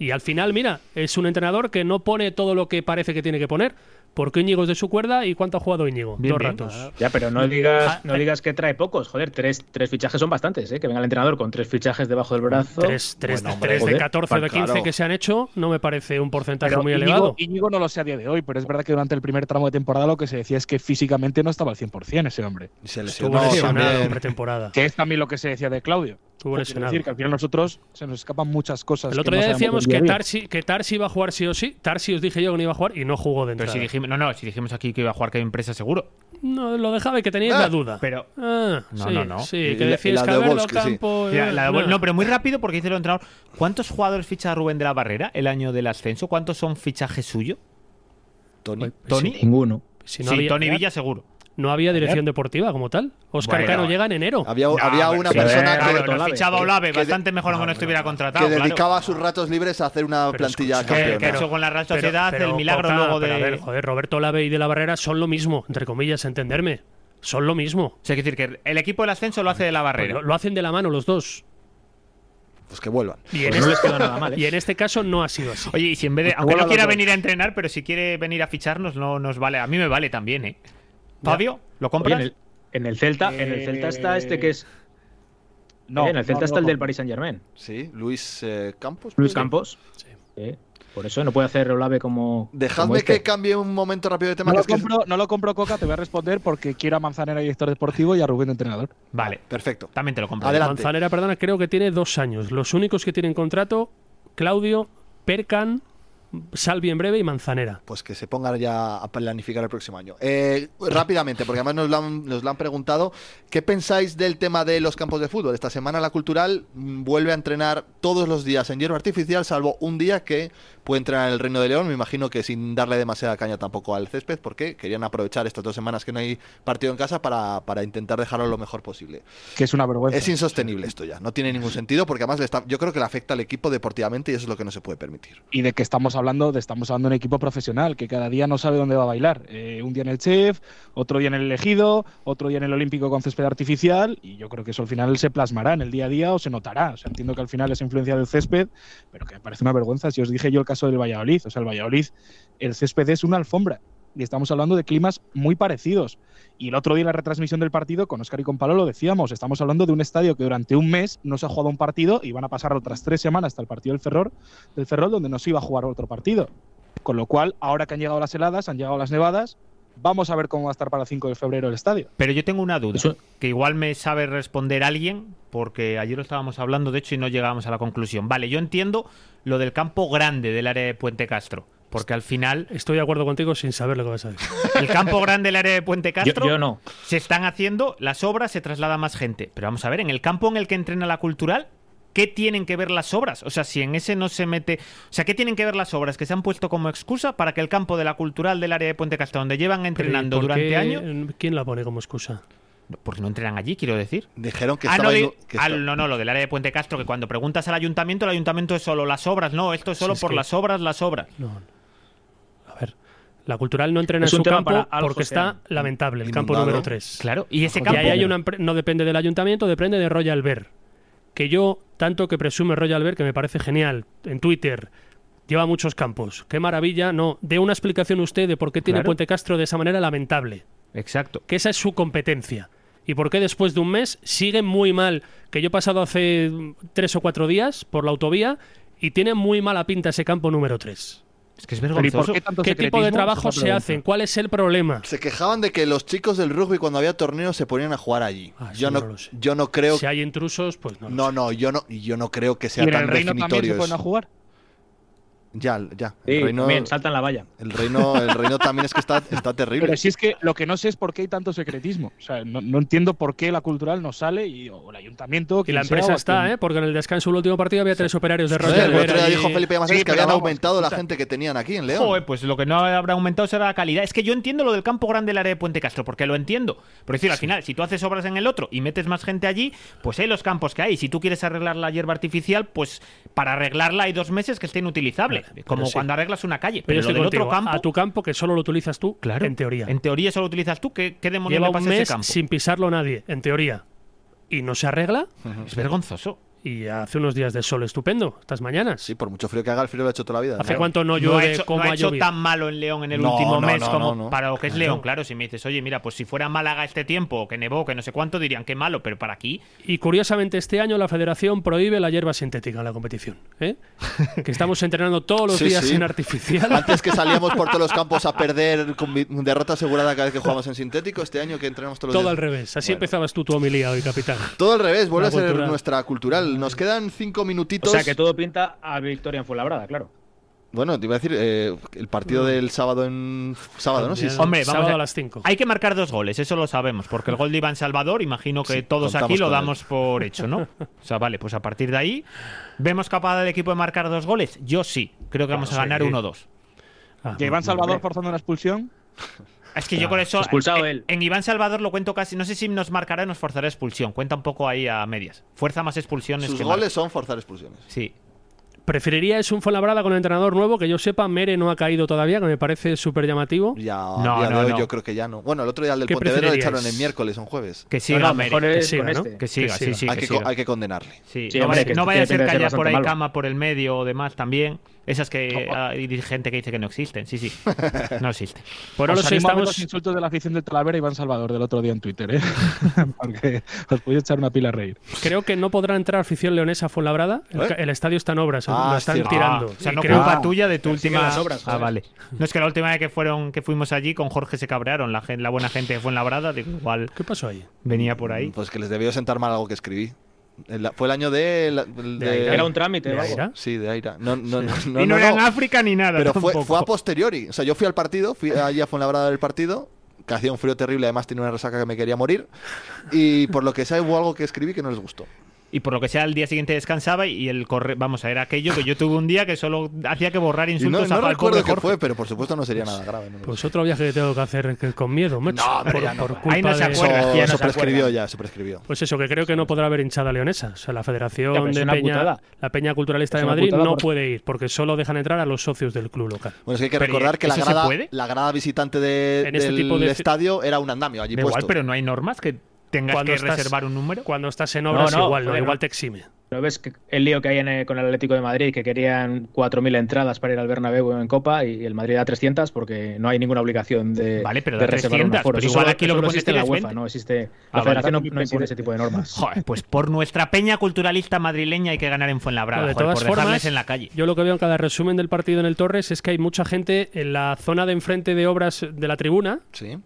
C: Y al final, mira, es un entrenador que no pone todo lo que parece que tiene que poner, porque Íñigo es de su cuerda y cuánto ha jugado Íñigo.
F: Bien,
C: Dos
F: bien.
C: ratos.
F: Ya, pero
C: Mm.
F: no
C: Ah,
F: digas,
C: eh.
F: no digas que trae pocos. Joder, tres, tres fichajes son bastantes, ¿eh? Que venga el entrenador con tres fichajes debajo del brazo.
C: Tres, tres,
F: Bueno, hombre,
C: tres de
F: joder.
C: 14 o de
F: Pa-
C: 15
F: claro.
C: que se han hecho no me parece un porcentaje
E: Pero
C: muy
E: Íñigo-
C: elevado.
E: Íñigo no lo sé a día de hoy, pero es verdad que durante el primer tramo de temporada lo que se decía es que físicamente no estaba al 100% ese hombre.
H: Se
C: Estuvo lesionado en pretemporada.
E: Que es también lo que se decía de Claudio.
C: Estuvo
E: Quiero
C: lesionado.
E: decir que al final nosotros se nos escapan muchas cosas.
C: El otro día decíamos que Tarsi, que Tarsi iba a jugar sí o sí. Tarsi os dije yo que no iba a jugar y no jugó de
B: Pero
C: entrada.
B: si dijimos, no, no, si dijimos aquí que iba a jugar que empresa seguro.
C: No, lo dejaba y que teníais
B: Ah,
C: la duda.
B: Pero.
C: Ah,
B: No,
C: sí,
B: no, no.
C: Sí,
B: Y
C: que
B: la- y
C: decíais
B: la
C: que
B: de
C: Alberto
B: Volsky, sí.
C: Campo.
B: Ya,
C: eh,
B: la de Vol-
C: no.
B: no, pero muy rápido porque dice el entrenador. ¿Cuántos jugadores ficha Rubén de la Barrera el año del ascenso? ¿Cuántos son fichajes suyo?
H: Tony.
B: Pues, ¿Tony?
F: Ninguno.
C: Si no
B: sí,
C: había-
B: Tony Villa seguro.
C: No había dirección deportiva como tal. Oscar
B: Bueno.
C: Cano llega en enero.
A: Había, había una persona
B: Ah, claro,
A: que,
B: nos fichaba Ah, Olave,
A: que-
B: bastante mejor aunque no estuviera contratado.
A: que
B: claro.
A: dedicaba sus ratos libres a hacer una
C: Pero
A: plantilla
C: escucha,
A: campeona.
B: que ha hecho con la Real Sociedad, el milagro
C: Coca,
B: luego de.
C: pero a ver, joder, Roberto Lave y de la Barrera son lo mismo, entre comillas, entenderme. Son lo mismo.
B: O sea, hay que decir que el equipo del ascenso lo hace de la
C: Pues
B: barrera.
C: lo, lo hacen de la mano los dos.
A: Pues que vuelvan.
C: Y en,
F: Pues no
C: este,
F: les quedó nada mal, ¿eh?
C: y en este caso no ha sido así.
B: Oye, y si en vez de.
F: Pues
B: Aunque
F: igual
B: no
F: a los
B: quiera
F: dos.
B: venir a entrenar, pero si quiere venir a ficharnos, no nos vale. A mí me vale también, ¿eh? Fabio, ¿lo
F: Oye,
B: compras?
F: en, el, en el Celta, en el Celta está este que es. eh, en el Celta está el del Paris Saint Germain.
A: Sí, Luis eh, Campos.
F: Luis
A: puede ser.
F: Campos. Sí. Por eso no puede hacer Olave como. como
A: Dejadme
F: este.
A: que cambie un momento rápido de
E: No
A: tema. que
E: lo,
A: es que es-
E: compro, no lo compro, Coca, te voy a responder porque quiero a Manzanera director deportivo y a Rubén de entrenador.
B: Vale,
A: Perfecto.
B: también te lo compro.
A: Adelante.
C: Manzanera, perdona, creo que tiene dos años. Los únicos que tienen contrato, Claudio, Percan, Salvi en breve y Manzanera.
A: Pues que se pongan ya a planificar el próximo año. Eh, rápidamente, porque además nos lo, han, nos lo han preguntado, ¿qué pensáis del tema de los campos de fútbol? Esta semana la cultural mm, vuelve a entrenar todos los días en hierba artificial, salvo un día que puede entrenar en el Reino de León, me imagino que sin darle demasiada caña tampoco al césped, porque querían aprovechar estas dos semanas que no hay partido en casa para, para intentar dejarlo lo mejor posible.
E: Que es una
C: Pues
E: vergüenza.
A: Es insostenible esto ya, no tiene ningún sentido, porque además le está, yo creo que le afecta al equipo deportivamente y eso es lo que no se puede permitir.
E: y de que estamos hablando, de estamos hablando de un equipo profesional que cada día no sabe dónde va a bailar. Eh, un día en el Chef, otro día en el elegido, otro día en el Olímpico con césped artificial y yo creo que eso al final se plasmará en el día a día o se notará. O sea, entiendo que al final es influencia del césped, pero que me parece una vergüenza. Si os dije yo el caso del Valladolid, o sea, el Valladolid, el césped es una alfombra y estamos hablando de climas muy parecidos. Y el otro día en la retransmisión del partido con Oscar y con Palo lo decíamos, estamos hablando de un estadio que durante un mes no se ha jugado un partido y van a pasar otras tres semanas hasta el partido del Ferrol del Ferrol donde no se iba a jugar otro partido. Con lo cual, ahora que han llegado las heladas, han llegado las nevadas, vamos a ver cómo va a estar para el 5 de febrero el estadio.
B: Pero yo tengo una duda,
F: Eso-
B: que igual me sabe responder alguien, porque ayer lo estábamos hablando, de hecho, y no llegábamos a la conclusión. Vale, yo entiendo lo del campo grande del área de Puente Castro, porque al final,
C: Estoy de acuerdo contigo sin saber lo que vas a decir.
B: el campo grande del área de Puente
F: Yo,
B: Castro,
F: yo no.
B: se están haciendo las obras, se traslada más gente. Pero vamos a ver, en el campo en el que entrena la cultural, ¿qué tienen que ver las obras? O sea, si en ese no se mete. O sea, ¿qué tienen que ver las obras que se han puesto como excusa para que el campo de la cultural del área de Puente Castro, donde llevan entrenando
C: ¿Por
B: durante
C: qué-
B: años.
C: ¿Quién la pone como excusa?
B: Porque no entrenan allí, quiero decir.
A: Dijeron que
B: Ah,
A: estaba
B: no,
A: en-
B: di-
A: que
B: ah,
A: esta-
B: no, no, lo del área de Puente Castro, que cuando preguntas al ayuntamiento, el ayuntamiento es solo las obras. No, esto es solo
C: Sí, es
B: por
C: que-
B: las obras, las obras.
C: No. A ver. La cultural no entrena
F: Es
C: en
F: un
C: su
F: tema
C: campo
F: para Alf
C: porque está
F: Ocean.
C: lamentable, el campo
A: Inundado.
C: número 3.
B: Claro, y ese
C: Y
B: campo.
C: ahí hay una empre- no depende del ayuntamiento, depende de Royal Bear. Que yo, tanto que presume Royal Bear, que me parece genial, en Twitter, lleva muchos campos. Qué maravilla. No, dé una explicación usted de por qué tiene
B: Claro.
C: Puente Castro de esa manera lamentable.
B: Exacto.
C: Que esa es su competencia. Y por qué después de un mes siguen muy mal. Que yo he pasado hace mm, tres o cuatro días por la autovía y tiene muy mala pinta ese campo número 3.
B: Es que es
E: Pero ¿y
B: vergonzoso.
E: por qué tanto
C: ¿Qué tipo de
E: secretismo?
C: trabajo
E: Es otra
C: se
E: pregunta.
C: hacen? ¿Cuál es el problema?
A: Se quejaban de que los chicos del rugby cuando había torneos se ponían a jugar allí.
C: Ah, eso
A: yo no,
C: no lo sé.
A: yo no creo.
C: Si hay intrusos, pues no. lo
A: No, no, yo no, yo no creo que sea
E: Y en
A: tan
E: el reino también se
A: definitorio.
E: pueden a
A: eso.
E: jugar.
A: Ya, ya.
F: Sí,
A: el reino,
F: también, saltan la valla.
A: el reino, el reino también es que está, está terrible.
E: Pero si es que lo que no sé es por qué hay tanto secretismo. O sea, no, no entiendo por qué la cultural no sale y o el ayuntamiento.
C: Y
E: quien
C: la
E: sea,
C: empresa
E: o
C: está,
E: quien-
C: ¿eh? Porque en el descanso del último partido había tres operarios de
A: Joder,
C: Roger
A: el otro día
C: Vera y-
A: dijo Felipe Llamazares
E: Sí,
A: que
E: pero
A: habían
E: vamos,
A: aumentado la
E: escucha.
A: gente que tenían aquí en León.
B: Joder, pues lo que no habrá aumentado será la calidad. Es que yo entiendo lo del campo grande del área de Puente Castro, porque lo entiendo. Pero es decir, al final, si tú haces obras en el otro y metes más gente allí, pues hay los campos que hay. Si tú quieres arreglar la hierba artificial, pues para arreglarla hay dos meses que esté inutilizable.
C: Vale, pero
B: como
C: sí.
B: cuando arreglas una calle.
C: Pero
B: Pero,
C: yo
B: lo
C: estoy
B: del
C: contigo,
B: otro campo,
C: a tu campo que solo lo utilizas tú, claro, en teoría.
B: en teoría solo utilizas tú. ¿Qué, qué demonios
C: Lleva
B: le
C: un
B: pasa a ese
C: mes
B: campo?
C: sin pisarlo nadie, en teoría. Y no se arregla
B: Es vergonzoso.
C: y y hace unos días de sol estupendo, estas mañanas.
A: Sí, por mucho frío que haga, el frío lo ha hecho toda la vida.
C: ¿Hace cuánto no llueve
B: ha hecho,
C: como
B: no
C: ha
B: ha hecho
C: llovido?
B: tan malo en León en el
C: No,
B: último
C: no,
B: mes
C: no,
B: como
C: no, no.
B: para lo que es
C: Claro.
B: León, claro, si me dices, oye, mira, pues si fuera Málaga este tiempo, que nevó, que no sé cuánto, dirían que malo, pero para aquí,
C: Y curiosamente este año la federación prohíbe la hierba sintética en la competición. ¿eh? Que estamos entrenando todos los
A: Sí,
C: días
A: sí.
C: sin artificial.
A: Antes que salíamos por todos los campos a perder con vi- derrota asegurada cada vez que jugamos en sintético, este año que entrenamos todos los
C: Todo
A: días.
C: al revés. Así empezabas tú tu homilía hoy, capitán.
A: Todo al revés, vuelve
C: La
A: a ser
C: cultural.
A: nuestra cultural. Nos quedan cinco minutitos.
F: O sea que todo pinta a victoria en Fuenlabrada, claro.
A: Bueno, te iba a decir, eh, el partido del sábado en. Sábado, ¿no? Sí, sí.
B: Hombre, vamos
C: Sábado a las 5.
B: Pues Hay que marcar dos goles, eso lo sabemos, porque el gol de Iván Salvador, imagino que
A: Sí,
B: todos aquí
A: contamos
B: lo
A: con él.
B: damos por hecho, ¿no? O sea, vale, pues a partir de ahí, ¿vemos capaz del equipo de marcar dos goles? Yo sí, creo que vamos a ganar 1-2.
C: Ah,
E: Que Iván Salvador forzando una expulsión.
B: Es que yo con eso.
F: Expulsado
B: en,
F: él.
B: en Iván Salvador lo cuento casi. No sé si nos marcará o nos forzará expulsión. Cuenta un poco ahí a medias. Fuerza más expulsiones
A: Sus
B: que
A: goles son forzar expulsiones.
B: marca. Sí.
C: Preferiría es un Fuenlabrada con entrenador nuevo, que yo sepa, Mere no ha caído todavía, que me parece súper llamativo.
A: Ya,
B: No,
A: a día
B: no,
A: de hoy
B: no.
A: yo creo que ya no. Bueno, el otro día al del
C: ¿Qué
A: Pontevedra le
C: preferiríais?
A: echaron el miércoles, un jueves.
B: Que siga,
F: No, no,
B: Mere.
F: mejor
B: Que
F: es
C: siga,
F: con
C: ¿no?
F: este.
B: que siga,
C: que
B: sí,
C: siga.
B: sí.
A: hay, Ah,
B: que
A: que, co-
B: siga.
A: hay que condenarle.
B: Sí,
F: Sí,
B: no
F: hombre,
B: vaya,
F: que
B: no vaya a
F: tiene
B: ser
F: pinta de
B: que
F: ser
B: haya por
F: bastante
B: ahí
F: malo.
B: cama por el medio o demás también. Esas que ah, hay gente que dice que no existen. Sí, sí. No existen.
C: Por ahora
E: Os
C: sí
E: animo a ver los
C: estamos.
E: insultos de la afición del Talavera y Iván Salvador del otro día en Twitter, ¿eh? porque os podéis echar una pila a reír.
C: Creo que no podrá entrar afición leonesa a Fuenlabrada. El,
A: ¿Eh?
C: ca- el estadio está en obras,
A: Ah,
C: lo están
A: cierto.
C: tirando.
B: Ah, o sea,
C: Y
B: no
C: creo-
B: culpa tuya de tu
F: Persigue
B: última.
F: las obras,
B: ah,
F: joder.
B: vale. No es que la última vez que fueron, que fuimos allí con Jorge se cabrearon. La, gen- la buena gente que fue en Labrada, digo, igual
C: ¿Qué pasó ahí?
B: venía por ahí.
A: Pues que les debió sentar mal algo que escribí. El- la- fue el año de. la- el de-
F: Era un trámite,
C: ¿De
F: vamos.
C: Aira?
A: Sí, de Aira. No, no, no,
B: y no,
A: no,
B: era en
A: no.
B: África ni nada.
A: Pero fue,
B: tampoco.
A: fue a posteriori. O sea, yo fui al partido, fui allí a Fuenlabrada del partido, que hacía un frío terrible, además tenía una resaca que me quería morir. Y por lo que sea, hubo algo que escribí que no les gustó.
B: Y por lo que sea, el día siguiente descansaba y el corre. Vamos, era aquello que yo tuve un día que solo hacía que borrar
A: Y no
B: insultos
A: no
B: a
A: recuerdo qué fue, pero por supuesto no sería nada grave. no me
C: Pues otro viaje que tengo que hacer que- con miedo, macho.
A: No, hombre,
C: por,
A: ya no.
C: por culpa
B: Ahí no se
C: de-
A: Eso,
B: acuerda.
F: Bueno, ya no
A: eso
F: se
A: prescribió
F: acuerda.
A: ya, se prescribió.
C: Pues eso, que creo que no podrá haber hinchada leonesa. O sea, la Federación
F: Ya, pero es
C: de
F: una
C: Peña,
F: putada.
C: la Peña Culturalista
F: Es
C: de
F: una
C: Madrid,
F: putada
C: no
F: por-
C: puede ir, porque solo dejan entrar a los socios del club local.
A: Bueno, es que hay que
B: Pero,
A: recordar que la
B: ¿eso se
A: grada,
B: puede?
A: la grada visitante de-
C: En
A: del
C: este tipo de-
A: estadio era un andamio allí
B: Da
A: puesto.
B: igual, pero no hay normas que tengas
C: Cuando
B: que
C: estás-
B: reservar un número.
C: Cuando estás en obras,
F: No, no,
C: igual, ¿no?
F: joder,
C: igual
F: no.
C: te exime.
F: ¿No ves que el lío que hay en, eh, con el Atlético de Madrid, que querían 4.000 entradas para ir al Bernabéu en Copa y el Madrid da 300 porque no hay ninguna obligación de,
B: Vale, pero
F: de
B: da
F: reservar un
B: 300,
F: aforo.
B: pero
F: Eso
B: igual
F: solo-
B: aquí
F: eso
B: lo que
F: solo
B: pones
F: existe en
B: es
F: la
B: 20.
F: UEFA, no existe.
B: Ah,
F: La
B: vale.
F: Federación no, no impone ese tipo de normas.
B: Joder, pues por nuestra peña culturalista madrileña hay que ganar en Fuenlabrada,
C: Pero de
B: joder,
C: todas
B: por dejarles
C: formas,
B: en la calle.
C: Yo lo que veo en cada resumen del partido en el Torres es que hay mucha gente en la zona de enfrente de obras de la tribuna.
A: Sí.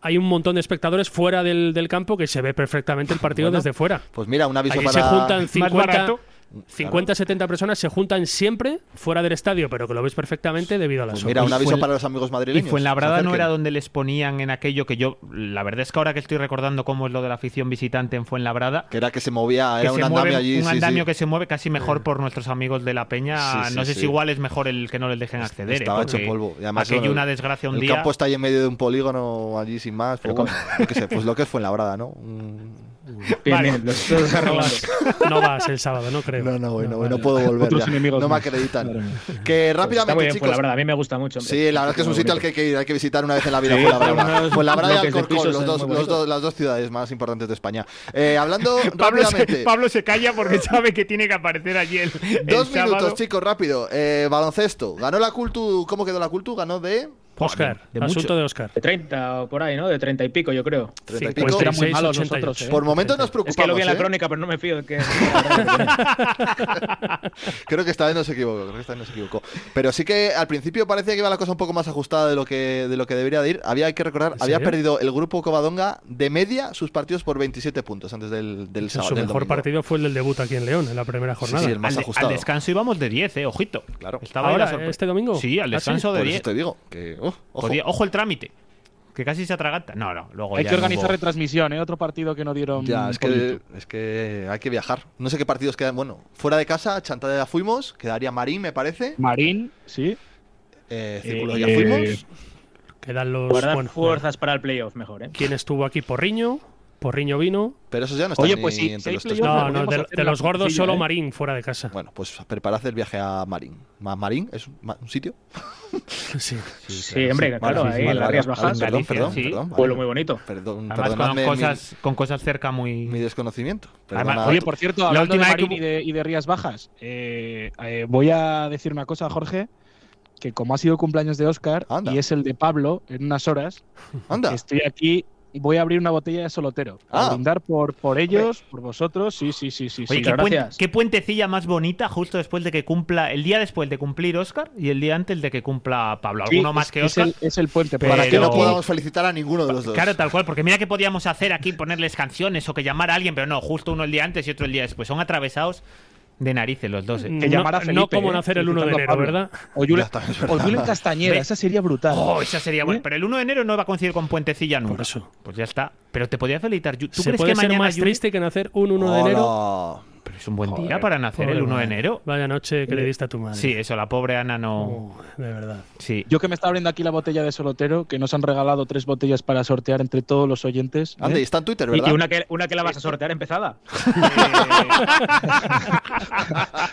C: Hay un montón de espectadores fuera del, del campo que se ve perfectamente el partido
A: Bueno,
C: desde fuera.
A: Pues mira, un aviso
C: Allí
A: para.
C: se juntan
B: barato.
C: 50, 50 70 personas, se juntan siempre fuera del estadio, pero que lo veis perfectamente debido a las
A: Pues
C: obras.
A: mira, un
B: Y
A: aviso
B: Fuen-
A: para los amigos
B: Y
A: madrileños.
B: Fuenlabrada
A: Se
B: no
A: acerquen.
B: era donde les ponían en aquello que yo. La verdad es que ahora que estoy recordando cómo es lo de la afición visitante en Fuenlabrada.
A: Que era que se movía,
B: que
A: era
B: se
A: un andamio
B: mueve-
A: allí.
B: un
A: sí, sí.
B: andamio que se mueve casi mejor por nuestros amigos de la Peña.
A: Sí, sí,
B: no sé
A: sí.
B: si igual es mejor el que no les dejen acceder. ¿eh?
A: Estaba hecho
B: Porque
A: polvo. Y además,
B: aquello
A: bueno,
B: una desgracia un
A: el
B: día.
A: campo está ahí en medio de un polígono allí sin más. Pues, bueno, yo qué sé, pues lo que fue en Labrada, ¿no? Un-
F: Bien,
B: Vale.
F: bien, los- los arreglando.
C: No vas el sábado, no creo.
A: No, no, voy, no, voy, no
E: vale.
A: puedo volver.
E: Otros
A: ya.
E: enemigos
A: No me
E: más. Madre
A: acreditan.
E: mía.
A: Que
F: Pues Está muy
A: rápidamente,
F: bien
A: chicos.
F: Fuenlabrada, a mí me gusta mucho. hombre.
A: Sí, la verdad es que es un
F: Muy
A: sitio al
F: bonito.
A: que hay que ir, hay que visitar una vez en la vida
F: Sí,
A: Fuenlabrada.
F: unos
A: Fuenlabrada y
F: bloques de
A: Alcorcón,
F: pisos
A: los dos,
F: muy
A: los
F: bonitos.
A: dos- las dos ciudades más importantes de España. Eh, hablando
B: Pablo
A: rápidamente.
B: se, Pablo se calla porque sabe que tiene que aparecer allí el, el
A: Dos
B: sábado.
A: minutos, chicos, rápido. Eh, baloncesto. Ganó la Cultu. ¿Cómo quedó la Cultu? Ganó de.
C: Oscar,
B: de
C: asunto
B: mucho.
C: de Oscar.
F: De 30 o por ahí, ¿no? De 30 y pico, yo creo.
A: 30 y
E: Pues
A: pico.
E: que eran muy
C: 86,
E: malos
C: 88,
E: nosotros, ¿eh?
A: Por momentos nos
F: Es
A: preocupamos.
F: que lo vi en la
A: ¿eh?
F: crónica, pero no me fío. Que...
A: Creo que esta vez no se equivocó, creo que esta vez no se equivocó. Pero sí que al principio parecía que iba la cosa un poco más ajustada de lo que, de lo que debería de ir. Había hay que recordar,
C: ¿En
A: había
C: serio?
A: perdido el grupo Covadonga de media sus partidos por 27 puntos antes del, del sábado.
C: Su
A: del
C: mejor
A: domingo.
C: partido fue el del debut aquí en León, en la primera
A: Sí,
C: jornada.
A: sí, el más
B: al, de-
A: ajustado.
B: al descanso íbamos de 10, eh, ojito.
A: Claro.
B: Estaba ahí la
C: ¿Ahora,
B: sorpre-
C: este domingo?
B: Sí, al
C: ¿Ah, sí?
B: descanso de
A: Por
B: 10.
A: eso te digo que. uh, ojo.
B: Podía- ojo el trámite, que casi se atraganta. No, no, luego
E: Hay
B: ya
E: que
B: no
E: organizar
B: hubo-
E: retransmisión, ¿eh? Otro partido que no dieron.
A: Ya, es
E: por
A: que,
E: YouTube.
A: es que hay que viajar. No sé qué partidos quedan. Bueno, fuera de casa, Chantada ya fuimos. Quedaría Marín, me parece.
E: Marín, sí.
A: Eh, Círculo
F: Eh,
A: ya fuimos.
C: Quedan los.
F: Guardar
C: bueno,
F: fuerzas para el playoff, mejor, ¿eh?
C: ¿Quién estuvo aquí? Porriño. Porriño vino.
A: Pero esos ya no están
C: Oye,
A: ni
C: pues sí,
A: entre
C: si
A: los
C: hay
A: tres.
C: playoff, No, no, podríamos de- hacer de la los gordos sencilla, solo ¿eh? Marín fuera de casa.
A: Bueno, pues preparad el viaje a Marín. Ma- ¿Marín es un, ma- un sitio?
C: sí.
F: Sí, hombre, claro, ahí en las Rías Bajas,
A: Perdón,
F: Galicia,
A: perdón,
F: sí.
A: perdón,
F: Pueblo
A: vale.
F: muy bonito.
A: Perdón,
B: Además, con
A: perdonadme
B: cosas- con cosas cerca muy.
A: Mi desconocimiento.
E: Además,
A: Perdonad.
E: oye, por cierto,
B: La
E: hablando de
B: última vez que
E: Marín y de, y de Rías Bajas, eh, eh, voy a decir una cosa, Jorge, que como ha sido cumpleaños de Oscar y es el de Pablo en unas horas,
A: Anda.
E: estoy aquí y voy a abrir una botella de solotero. A
B: Ah.
E: brindar por, por ellos, por vosotros, sí, sí, sí, sí.
B: Oye,
E: sí.
B: ¿qué, puen- qué puentecilla más bonita justo después de que cumpla, el día después de cumplir Oscar y el día antes de que cumpla Pablo.
E: Sí,
B: Alguno más
E: es-
B: que
E: es
B: Oscar.
E: el- es el puente,
B: pero-
A: Para que no podamos felicitar a ninguno de los dos.
B: Claro, tal cual, porque mira que podíamos hacer aquí, ponerles canciones o que llamar a alguien, pero no, justo uno el día antes y otro el día después. Son atravesados de narices los dos. eh.
C: Que No- llamara no Felipe, como eh, nacer el 1 de felicitando a enero, Pablo. ¿verdad?
E: O Yule- o Julen Castañeda,
B: Ve-
E: esa sería brutal.
B: Oh, esa sería buena. Pero el 1 de enero no va a coincidir con Puentecilla nunca. Pues ya está. Pero te podría felicitar. Yu- ¿Tú
C: Se
B: crees
C: puede
B: que
C: ser
B: mañana
C: más
B: Yuri-
C: triste que nacer un 1 de enero.
B: Pero es un buen día para nacer el
C: Pobre
B: 1 de
C: madre.
B: enero.
C: Vaya noche que le diste a tu madre.
B: Sí, eso, la pobre Ana no.
C: de verdad.
B: Sí.
E: Yo que me está abriendo aquí la botella de solotero, que nos han regalado tres botellas para sortear entre todos los oyentes. ¿eh?
A: Anda, y está en Twitter,
F: Y
A: ¿verdad?
F: que una que, una que la vas a sortear empezada.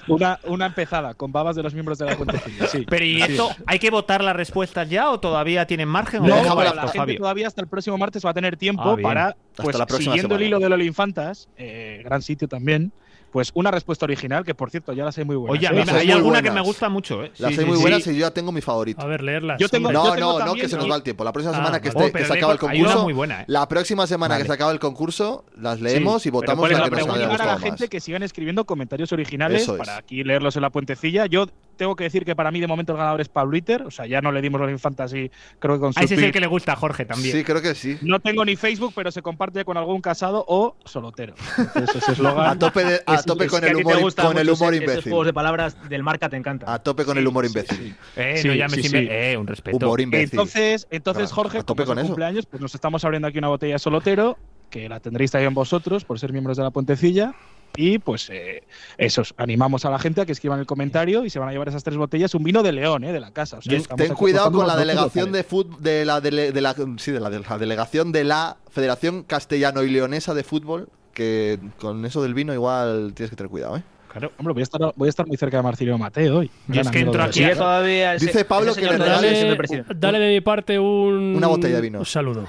E: Una, una empezada, con babas de los miembros Pues de la cuenta. Sí,
B: Pero ¿y
E: así
B: esto?
E: es.
B: ¿Hay que votar las respuestas ya o todavía tienen margen?
E: No,
B: ¿O cómo va
E: la
B: esto,
E: gente
B: Fabio?
E: todavía hasta el próximo martes va a tener tiempo
B: Ah, bien.
E: para,
B: Hasta
E: pues,
B: la próxima
E: siguiendo el
B: semana.
E: hilo de Lolo Infantas, eh, gran sitio también, pues una respuesta original, que por cierto, ya las hay muy buenas.
B: Oye, a
E: ¿eh?
B: mí
E: Las
B: me- hay
E: muy
B: alguna que
E: buenas.
B: me gusta mucho, ¿eh?
A: Las
B: Sí,
A: hay
B: sí,
A: muy
B: sí.
A: buenas y yo ya tengo mi favorito.
C: A ver, leerlas.
E: Yo tengo-
A: no,
E: yo tengo
A: no, no,
E: también,
A: que se nos
E: ¿no?
A: va el tiempo. La próxima
E: Ah,
A: semana que,
E: vale.
A: esté-
E: Oh,
A: que
E: pero
A: se acaba el
E: leemos- hay una
A: concurso.
E: muy buena, ¿eh?
A: La próxima semana
E: Vale.
A: que se acaba el concurso, las
E: Sí,
A: leemos y
E: pero
A: votamos
E: ¿cuál es
A: la
E: la
A: que nos
E: pregunta?
A: haya
E: Animar a
A: gustado
E: la gente
A: más.
E: que sigan escribiendo comentarios originales
A: Eso es.
E: para aquí leerlos en la puentecilla. Yo tengo que decir que para mí de momento el ganador es Pablo Iter, o sea, ya no le dimos los infantas y creo que con su
B: Ah, ese es el
E: tweet-
B: que le gusta a Jorge también.
A: Sí, creo que sí.
E: No tengo ni Facebook, pero se comparte con algún casado o solotero. Entonces, ese eslogan-
A: A tope, de- a
E: Es-
A: tope
E: Ah, es
A: con
E: que a
A: el
E: ti te
A: humor,
E: gusta
A: con el
E: mucho
A: humor
E: ese- esos
A: imbécil.
E: juegos
F: de palabras del marca te encanta.
A: A tope con el humor imbécil.
B: Eh,
E: Sí,
B: no llames
E: sí,
B: inve-
E: sí.
B: eh, un respeto.
A: Humor imbécil.
E: Entonces, entonces
A: Claro,
E: Jorge,
A: a
E: como
A: tope
E: es
A: con
E: tu
A: eso.
E: cumpleaños, pues nos estamos abriendo aquí una botella de solotero, que la tendréis también vosotros por ser miembros de la puentecilla. Y pues eh, eso, os animamos a la gente a que escriban el comentario y se van a llevar esas tres botellas, un vino de León, eh, de la casa. o sea,
A: Yo-
E: estamos
A: ten
E: aquí
A: cuidado
E: tocando
A: con la
E: unos locos
A: delegación
E: locales.
A: de fútbol de la, dele- de la- sí, de la, de la delegación de la Federación Castellano y Leonesa de Fútbol, que con eso del vino igual tienes que tener cuidado, ¿eh?
B: Claro.
E: Hombre, voy a estar, voy a estar muy cerca de Marcilio Mateo hoy.
B: Yo es que entro aquí a-
A: Dice Pablo que le regales
C: Dale, dale de mi parte un.
A: una botella de vino.
C: Un saludo.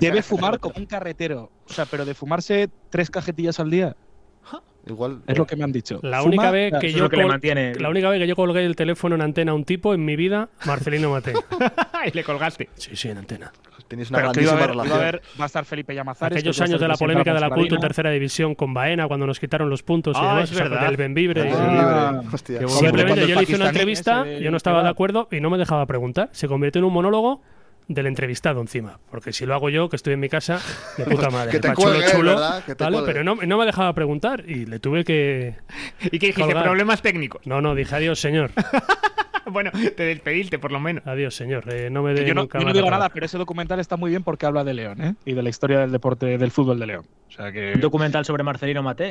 E: Debe fumar como un carretero. O sea, pero de fumarse tres cajetillas al día.
A: Igual.
E: Es lo que me han dicho.
C: La
E: Fuma-
C: única, vez
E: Eso
C: que
E: es
C: yo
E: lo le
C: col-
E: mantiene.
C: la única vez que yo colgué el teléfono en antena a un tipo en mi vida, Marcelino Mateo.
B: y le colgaste.
C: Sí, sí, en antena.
A: Tenéis una
E: Pero que iba a
A: grandísima
E: haber- iba a
A: relación.
E: haber- va a estar Felipe Llamazares. que
C: Aquellos
E: va a
C: años
E: estar
C: de la polémica de la
E: representando
C: culto
E: a
C: en tercera división con Baena, cuando nos quitaron los puntos y
B: Ah,
C: demás,
B: es
C: o sea,
B: verdad.
C: del Benvibre. y-
A: Ah, hostia.
C: Qué bueno.
E: Sí, porque cuando
C: Simplemente
E: el
C: yo le hice una
E: pakistaní
C: entrevista,
E: ese
C: yo no estaba
E: que
C: de
E: va-
C: acuerdo y no me dejaba preguntar. Se convirtió en un monólogo del entrevistado encima, porque si lo hago yo, que estoy en mi casa, de puta madre,
A: Que te
C: pa' chulo,
A: cuelgue,
C: chulo,
A: ¿verdad? Que te
C: ¿vale?
A: cuelgue.
C: pero no, no me dejaba preguntar y le tuve que...
B: ¿Y qué dijiste?
C: Colgar.
B: Problemas técnicos.
C: No, no, dije adiós, señor.
B: Bueno, te despediste por lo menos.
C: Adiós, señor. Eh, no me dé
E: Yo no,
C: nunca
E: yo no
C: más
E: digo
C: la
E: nada, pero ese documental está muy bien porque habla de León ¿eh? y de la historia del deporte, del fútbol de León. O sea que.
F: Un documental sobre Marcelino Mate.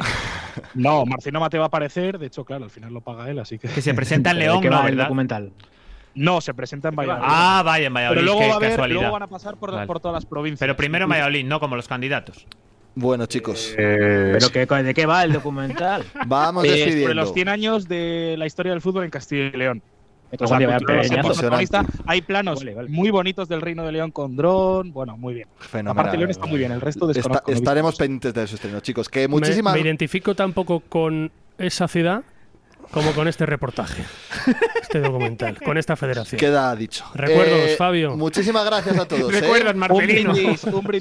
E: No, Marcino Mate va a aparecer. De hecho, claro, al final lo paga él, así que.
B: Que se presenta en
F: Pero ¿de
B: León,
F: qué
B: ¿no?
F: va el
B: ¿verdad?
F: documental.
E: No, se presenta en Valladolid.
B: Ah, vaya, en Valladolid.
E: pero luego,
B: qué
E: va a haber-
B: casualidad.
E: luego van a pasar por,
B: Vale.
E: por todas las provincias.
B: Pero primero en Valladolid, no como los candidatos.
A: Bueno, chicos,
F: Pero que, ¿de qué va el documental?
A: vamos
E: Eh,
A: decidiendo.
E: sobre los 100 años de la historia del fútbol en Castilla y León.
F: cago en
E: O sea,
F: Dios, vaya
E: cultura,
F: peñazo.
E: los protagonistas.
F: Impresionante.
E: Hay planos
F: Vale, vale.
E: muy bonitos del Reino de León con dron. Bueno, muy bien.
A: Fenomenal.
E: Aparte, León está muy bien. El resto
A: Esta-
E: desconozco.
A: estaremos pendientes de su estreno, chicos. Que
C: Me-
A: muchísimas
C: Me, identifico tampoco con esa ciudad como con este reportaje, este documental, con esta federación.
A: queda dicho.
C: Recuerdos,
A: Eh,
C: Fabio.
A: Muchísimas gracias a todos. ¿eh?
B: Recuerdos, Marcelino.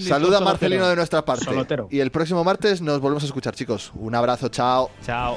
A: Saluda a Marcelino de nuestra parte.
F: Solotero.
A: Y el próximo martes nos volvemos a escuchar, chicos. Un abrazo, chao.
B: Chao.